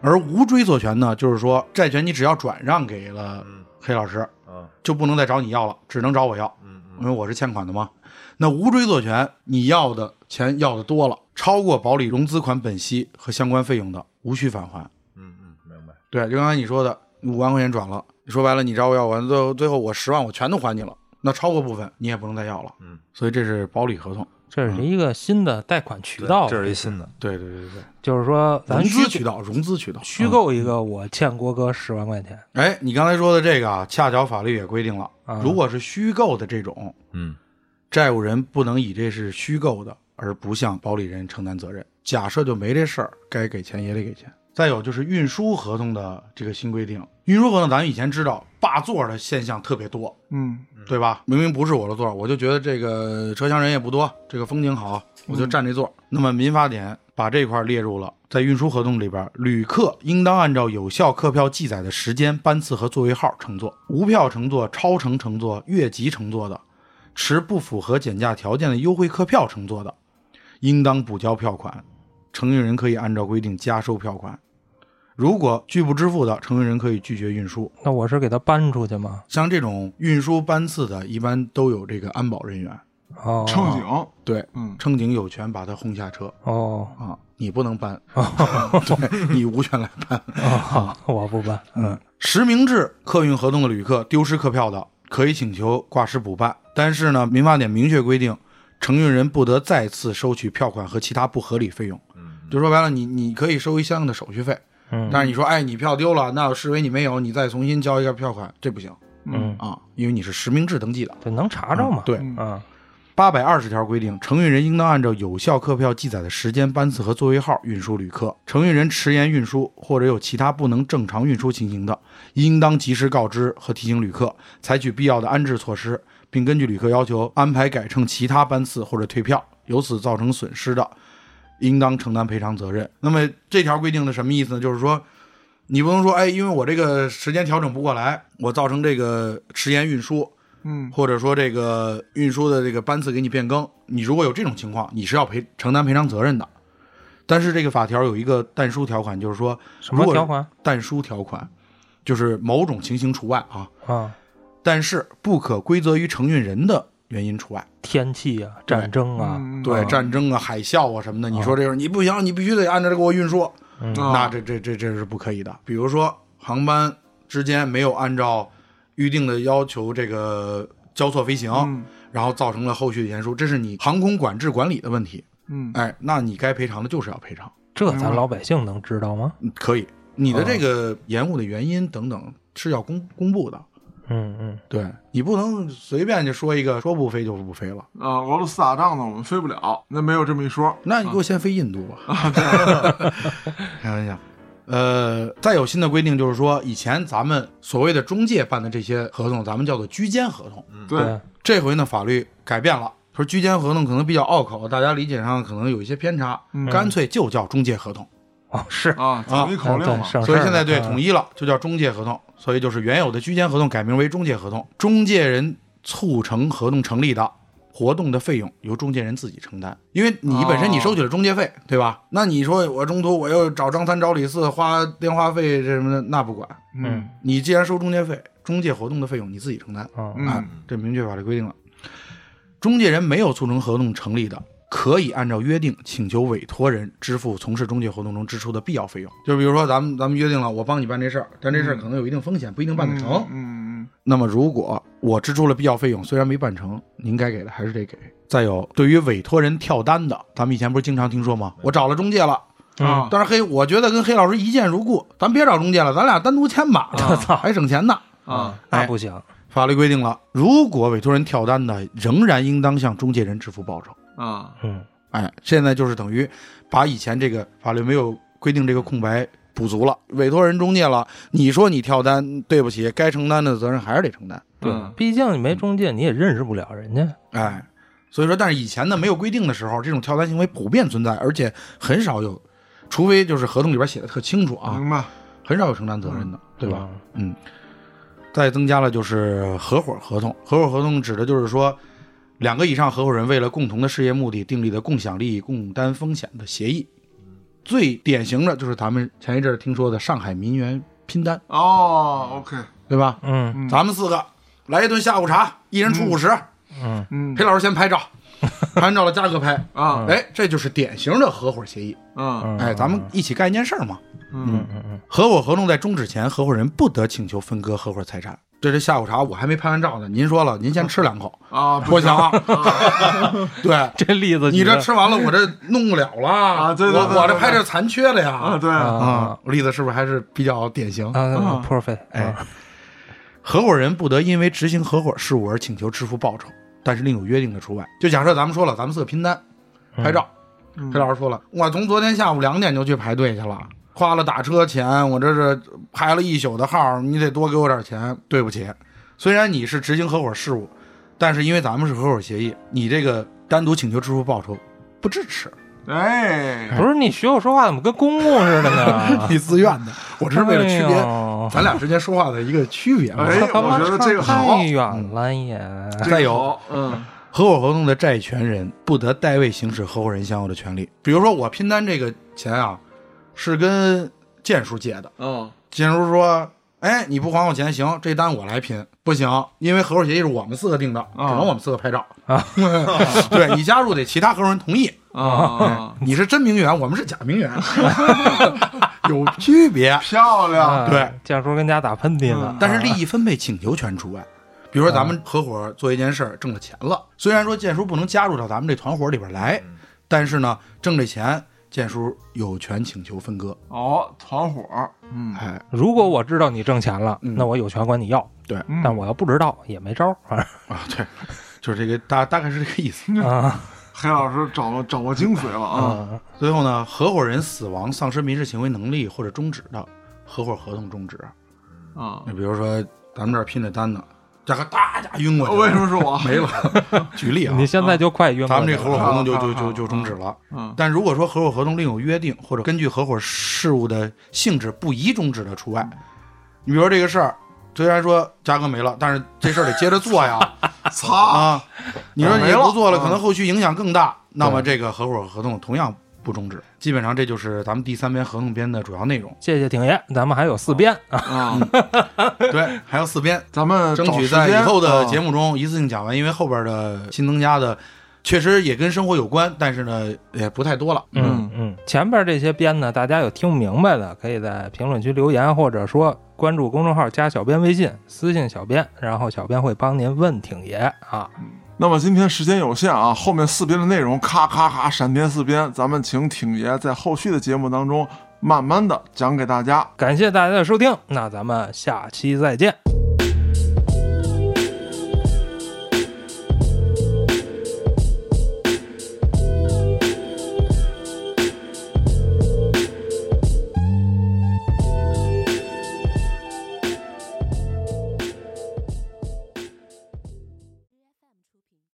[SPEAKER 3] 而无追索权呢，就是说债权你只要转让给了
[SPEAKER 5] 嗯
[SPEAKER 3] 黑老师，
[SPEAKER 5] 啊
[SPEAKER 3] 就不能再找你要了，只能找我要。
[SPEAKER 5] 嗯嗯
[SPEAKER 3] 因为我是欠款的嘛。那无追索权，你要的钱要的多了，超过保理融资款本息和相关费用的，无需返还。
[SPEAKER 5] 嗯嗯，明白。
[SPEAKER 3] 对，就刚才你说的，五万块钱转了，说白了你找我要完，最后最后我十万我全都还你了，那超过部分你也不能再要了。
[SPEAKER 5] 嗯，
[SPEAKER 3] 所以这是保理合同。
[SPEAKER 4] 这是一个新的贷款渠道，
[SPEAKER 5] 这是一新的，
[SPEAKER 3] 对对对对对，
[SPEAKER 4] 就是说咱
[SPEAKER 3] 融资
[SPEAKER 4] 虚
[SPEAKER 3] 渠道，融资渠道，
[SPEAKER 4] 虚构一个我欠郭哥十万块钱，
[SPEAKER 3] 嗯。哎，你刚才说的这个啊，恰巧法律也规定了
[SPEAKER 4] 啊，
[SPEAKER 3] 如果是虚构的这种，
[SPEAKER 5] 嗯
[SPEAKER 3] 债务人不能以这是虚构的而不向保理人承担责任。假设就没这事儿，该给钱也得给钱。再有就是运输合同的这个新规定，运输合同咱们以前知道霸座的现象特别多，
[SPEAKER 1] 嗯，
[SPEAKER 3] 对吧？明明不是我的座儿，我就觉得这个车厢人也不多，这个风景好，我就占这座儿。那么民法典把这块儿列入了，在运输合同里边儿，旅客应当按照有效客票记载的时间、班次和座位号乘坐，无票乘坐、超乘乘坐、越级乘坐的，持不符合减价条件的优惠客票乘坐的，应当补交票款。承运人可以按照规定加收票款。如果拒不支付的，承运人可以拒绝运输。
[SPEAKER 4] 那我是给他搬出去吗？
[SPEAKER 3] 像这种运输班次的，一般都有这个安保人员，
[SPEAKER 4] 哦，
[SPEAKER 1] 乘警，
[SPEAKER 3] 对，
[SPEAKER 1] 嗯，
[SPEAKER 3] 乘警有权把他轰下车
[SPEAKER 4] 哦，
[SPEAKER 3] 啊，你不能搬， 对你无权来搬。
[SPEAKER 4] 哦，我不搬。
[SPEAKER 3] 嗯，实名制客运合同的旅客丢失客票的，可以请求挂失补办。但是呢，民法典明确规定，承运人不得再次收取票款和其他不合理费用。就说白了，你你可以收一相应的手续费，
[SPEAKER 4] 嗯
[SPEAKER 3] 但是你说，哎，你票丢了，那视为你没有，你再重新交一个票款，这不行
[SPEAKER 4] 嗯，
[SPEAKER 3] 啊，因为你是实名制登记的。
[SPEAKER 4] 对，能查着吗？
[SPEAKER 3] 嗯对，
[SPEAKER 4] 啊，
[SPEAKER 3] 八百二十条规定，承运人应当按照有效客票记载的时间、班次和座位号运输旅客。承运人迟延运输或者有其他不能正常运输情形的，应当及时告知和提醒旅客，采取必要的安置措施，并根据旅客要求安排改乘其他班次或者退票。由此造成损失的，应当承担赔偿责任。那么这条规定的什么意思呢？就是说，你不能说，哎，因为我这个时间调整不过来，我造成这个迟延运输，
[SPEAKER 1] 嗯，
[SPEAKER 3] 或者说这个运输的这个班次给你变更，你如果有这种情况，你是要赔承担赔偿责任的。但是这个法条有一个但书条款，就是说
[SPEAKER 4] 什么
[SPEAKER 3] 如果
[SPEAKER 4] 条款
[SPEAKER 3] 但书条款，就是某种情形除外啊，
[SPEAKER 4] 啊？
[SPEAKER 3] 但是不可归责于承运人的原因除外。
[SPEAKER 4] 天气啊，战争啊，
[SPEAKER 1] 嗯
[SPEAKER 3] 对、
[SPEAKER 4] 啊
[SPEAKER 3] 战争啊、海啸啊什么的，你说这事儿你不行，你必须得按照这给我运输，
[SPEAKER 4] 嗯
[SPEAKER 1] 啊
[SPEAKER 3] 那这这这这是不可以的。比如说航班之间没有按照预定的要求这个交错飞行，
[SPEAKER 1] 嗯
[SPEAKER 3] 然后造成了后续的延疏，这是你航空管制管理的问题。
[SPEAKER 1] 嗯，
[SPEAKER 3] 哎，那你该赔偿的就是要赔偿，
[SPEAKER 4] 这咱老百姓能知道吗？
[SPEAKER 3] 嗯可以。你的这个延误的原因等等是要公公布的，
[SPEAKER 4] 嗯嗯，
[SPEAKER 3] 对你不能随便就说一个说不飞就不飞了。
[SPEAKER 1] 啊，俄罗斯打仗呢，我们飞不了，那没有这么一说。
[SPEAKER 3] 那你给我先飞印度吧。 开玩笑。呃，再有新的规定就是说，以前咱们所谓的中介办的这些合同，咱们叫做居间合同。
[SPEAKER 1] 对，，
[SPEAKER 3] 这回呢，法律改变了，说居间合同可能比较拗口，大家理解上可能有一些偏差，干脆就叫中介合同。
[SPEAKER 4] 哦是，
[SPEAKER 1] 啊，统一口令
[SPEAKER 4] 对，
[SPEAKER 1] 嘛，
[SPEAKER 4] 省事
[SPEAKER 3] 所
[SPEAKER 4] 儿
[SPEAKER 3] 以
[SPEAKER 4] 了
[SPEAKER 3] 现在对
[SPEAKER 4] 嗯
[SPEAKER 3] 统一了，就叫中介合同。所以就是原有的居间合同改名为中介合同，中介人促成合同成立的活动的费用由中介人自己承担，因为你
[SPEAKER 4] 哦
[SPEAKER 3] 本身你收取了中介费，对吧？那你说我中途我又找张三找李四花电话费这什么的，那不管，
[SPEAKER 1] 嗯
[SPEAKER 3] 你既然收中介费，中介活动的费用你自己承担。
[SPEAKER 4] 嗯
[SPEAKER 1] 嗯
[SPEAKER 3] 啊，这明确法律规定了，中介人没有促成合同成立的，可以按照约定请求委托人支付从事中介活动中支出的必要费用。嗯就比如说咱们咱们约定了，我帮你办这事儿，但这事儿可能有一定风险，不一定办得成。
[SPEAKER 1] 嗯
[SPEAKER 3] 那么如果我支出了必要费用，虽然没办成，您该给的还是得给。再有，对于委托人跳单的，咱们以前不是经常听说吗？我找了中介了，
[SPEAKER 1] 嗯啊，
[SPEAKER 3] 但是黑，我觉得跟黑老师一见如故，咱别找中介了，咱俩单独签吧，
[SPEAKER 4] 我操
[SPEAKER 3] 还省钱呢。
[SPEAKER 4] 嗯
[SPEAKER 1] 啊，
[SPEAKER 3] 哎
[SPEAKER 4] 那不行，
[SPEAKER 3] 法律规定了，如果委托人跳单的，仍然应当向中介人支付报酬。
[SPEAKER 1] 啊，
[SPEAKER 4] 嗯
[SPEAKER 3] 哎，现在就是等于把以前这个法律没有规定这个空白补足了，委托人中介了，你说你跳单，对不起，该承担的责任还是得承担。
[SPEAKER 4] 对
[SPEAKER 1] 嗯，
[SPEAKER 4] 毕竟你没中介，你也认识不了人家，
[SPEAKER 3] 哎，所以说，但是以前呢没有规定的时候，这种跳单行为普遍存在，而且很少有，除非就是合同里边写的特清楚啊，
[SPEAKER 1] 明白，
[SPEAKER 3] 很少有承担责任的，对吧？
[SPEAKER 4] 嗯？
[SPEAKER 3] 嗯，再增加了就是合伙合同。合伙合同指的就是说，两个以上合伙人为了共同的事业目的订立的共享利益、共担风险的协议。最典型的就是咱们前一阵儿听说的上海民园拼单，
[SPEAKER 1] 哦，OK，
[SPEAKER 3] 对吧？
[SPEAKER 4] 嗯
[SPEAKER 1] 嗯
[SPEAKER 3] 咱们四个来一顿下午茶，一人出五十、
[SPEAKER 4] 嗯
[SPEAKER 1] 嗯
[SPEAKER 3] 裴老师先拍照， 拍完照了加个拍。
[SPEAKER 1] 啊，
[SPEAKER 3] 哎，这就是典型的合伙协议。
[SPEAKER 1] 嗯
[SPEAKER 4] 嗯，
[SPEAKER 3] 哎，咱们一起干一件事儿嘛。
[SPEAKER 1] 嗯
[SPEAKER 4] 嗯嗯
[SPEAKER 3] 合伙合同在终止前，合伙人不得请求分割合伙财产。这是下午茶，我还没拍完照呢。您说了，您先吃两口，
[SPEAKER 1] 啊，不
[SPEAKER 3] 我想啊， 对
[SPEAKER 4] 这例子举
[SPEAKER 3] 你这
[SPEAKER 4] 得
[SPEAKER 3] 吃完了，我这弄不了了
[SPEAKER 1] 啊对对对
[SPEAKER 3] 我我这
[SPEAKER 1] 对
[SPEAKER 3] 拍这残缺了
[SPEAKER 1] 啊，
[SPEAKER 3] 呀。
[SPEAKER 1] 对，
[SPEAKER 4] 啊
[SPEAKER 3] 啊，例子是不是还是比较典型？
[SPEAKER 4] 啊
[SPEAKER 1] 啊
[SPEAKER 4] ，profit，
[SPEAKER 3] 哎，合伙人不得因为执行合伙事务而请求支付报酬，但是另有约定的除外。就假设咱们说了，
[SPEAKER 1] 嗯
[SPEAKER 3] 嗯咱们四个拼单拍照，裴老师说了，我从昨天下午两点就去排队去了，花了打车钱，我这是排了一宿的号，你得多给我点钱。对不起，虽然你是执行合伙事务，但是因为咱们是合伙协议，你这个单独请求支付报酬不支持，
[SPEAKER 1] 哎，
[SPEAKER 4] 不是你学我说话怎么跟公公似的呢？
[SPEAKER 3] 你自愿的。 啊我这是为了区别、
[SPEAKER 4] 哎
[SPEAKER 3] 咱俩之间说话的一个区别嘛。
[SPEAKER 1] 哎
[SPEAKER 4] 呦他妈
[SPEAKER 1] 我觉得这个好
[SPEAKER 4] 太远了也。
[SPEAKER 3] 再有，
[SPEAKER 1] 嗯，
[SPEAKER 3] 合伙合同的债权人不得代为行使合伙人享有的权利。比如说，我拼单这个钱啊，是跟建叔借的。
[SPEAKER 1] 嗯，
[SPEAKER 3] 建叔说：“哎，你不还我钱行，这单我来拼。不行，因为合伙协议是我们四个定的，只能我们四个拍照
[SPEAKER 4] 啊。
[SPEAKER 3] 对你加入得其他合伙人同意。
[SPEAKER 1] 啊，
[SPEAKER 3] 你是真名媛，我们是假名媛， 有区别。
[SPEAKER 1] 漂亮，
[SPEAKER 4] 啊
[SPEAKER 3] 对，嗯
[SPEAKER 4] 建叔跟家打喷嚏呢。
[SPEAKER 3] 但是利益分配请求权除外。比如说咱们合伙做一件事儿，挣了钱了，虽然说建叔不能加入到咱们这团伙里边来，但是呢，挣这钱建叔有权请求分割。
[SPEAKER 1] 哦，团伙，嗯，
[SPEAKER 3] 哎，
[SPEAKER 4] 如果我知道你挣钱了，
[SPEAKER 3] 嗯
[SPEAKER 4] 那我有权管你要。
[SPEAKER 3] 对
[SPEAKER 1] 嗯
[SPEAKER 4] 但我要不知道也没招儿，反正
[SPEAKER 3] 啊，对，就是这个大大概是这个意思。
[SPEAKER 4] 啊
[SPEAKER 1] 黑老师掌握掌握精髓了啊，
[SPEAKER 4] 啊
[SPEAKER 3] 最后呢，合伙人死亡、丧失民事行为能力或者终止的，合伙合同终止。
[SPEAKER 1] 啊
[SPEAKER 3] 那，比如说咱们这儿拼的单呢，这个大家晕过去了，
[SPEAKER 1] 啊为什么是我？
[SPEAKER 3] 没 了？举例啊，
[SPEAKER 4] 你现在就快晕过去
[SPEAKER 3] 咱
[SPEAKER 4] 了。。
[SPEAKER 3] 们这合伙合同就
[SPEAKER 1] 好好好
[SPEAKER 3] 就就就终止了。
[SPEAKER 1] 嗯
[SPEAKER 3] 但如果说合伙合同另有约定，或者根据合伙事务的性质不宜终止的除外。你比如说这个事儿，虽然说嘉哥没了，但是这事儿得接着做呀
[SPEAKER 1] 操，
[SPEAKER 3] 啊！你说你
[SPEAKER 1] 没了
[SPEAKER 3] 不做了，
[SPEAKER 1] 嗯
[SPEAKER 3] 可能后续影响更大。那么这个合伙合同同样不终止。基本上这就是咱们第三边合同编的主要内容
[SPEAKER 4] 谢谢挺爷，咱们还有四编啊，
[SPEAKER 1] 啊，
[SPEAKER 3] 对，还有四边，
[SPEAKER 1] 咱们
[SPEAKER 3] 争
[SPEAKER 1] 呃找
[SPEAKER 3] 取
[SPEAKER 1] 时
[SPEAKER 3] 在
[SPEAKER 1] 间
[SPEAKER 3] 以后的节
[SPEAKER 1] 啊
[SPEAKER 3] 目中一次性讲完，因为后边的新增加的确实也跟生活有关，但是呢也不太多了。
[SPEAKER 1] 嗯
[SPEAKER 4] 嗯，前边这些编呢，大家有听不明白的，可以在评论区留言，或者说关注公众号加小编微信，私信小编，然后小编会帮您问挺爷啊。
[SPEAKER 1] 那么今天时间有限啊，后面四边的内容咔咔咔闪电四边，咱们请挺爷在后续的节目当中慢慢的讲给大家。
[SPEAKER 4] 感谢大家的收听，那咱们下期再见。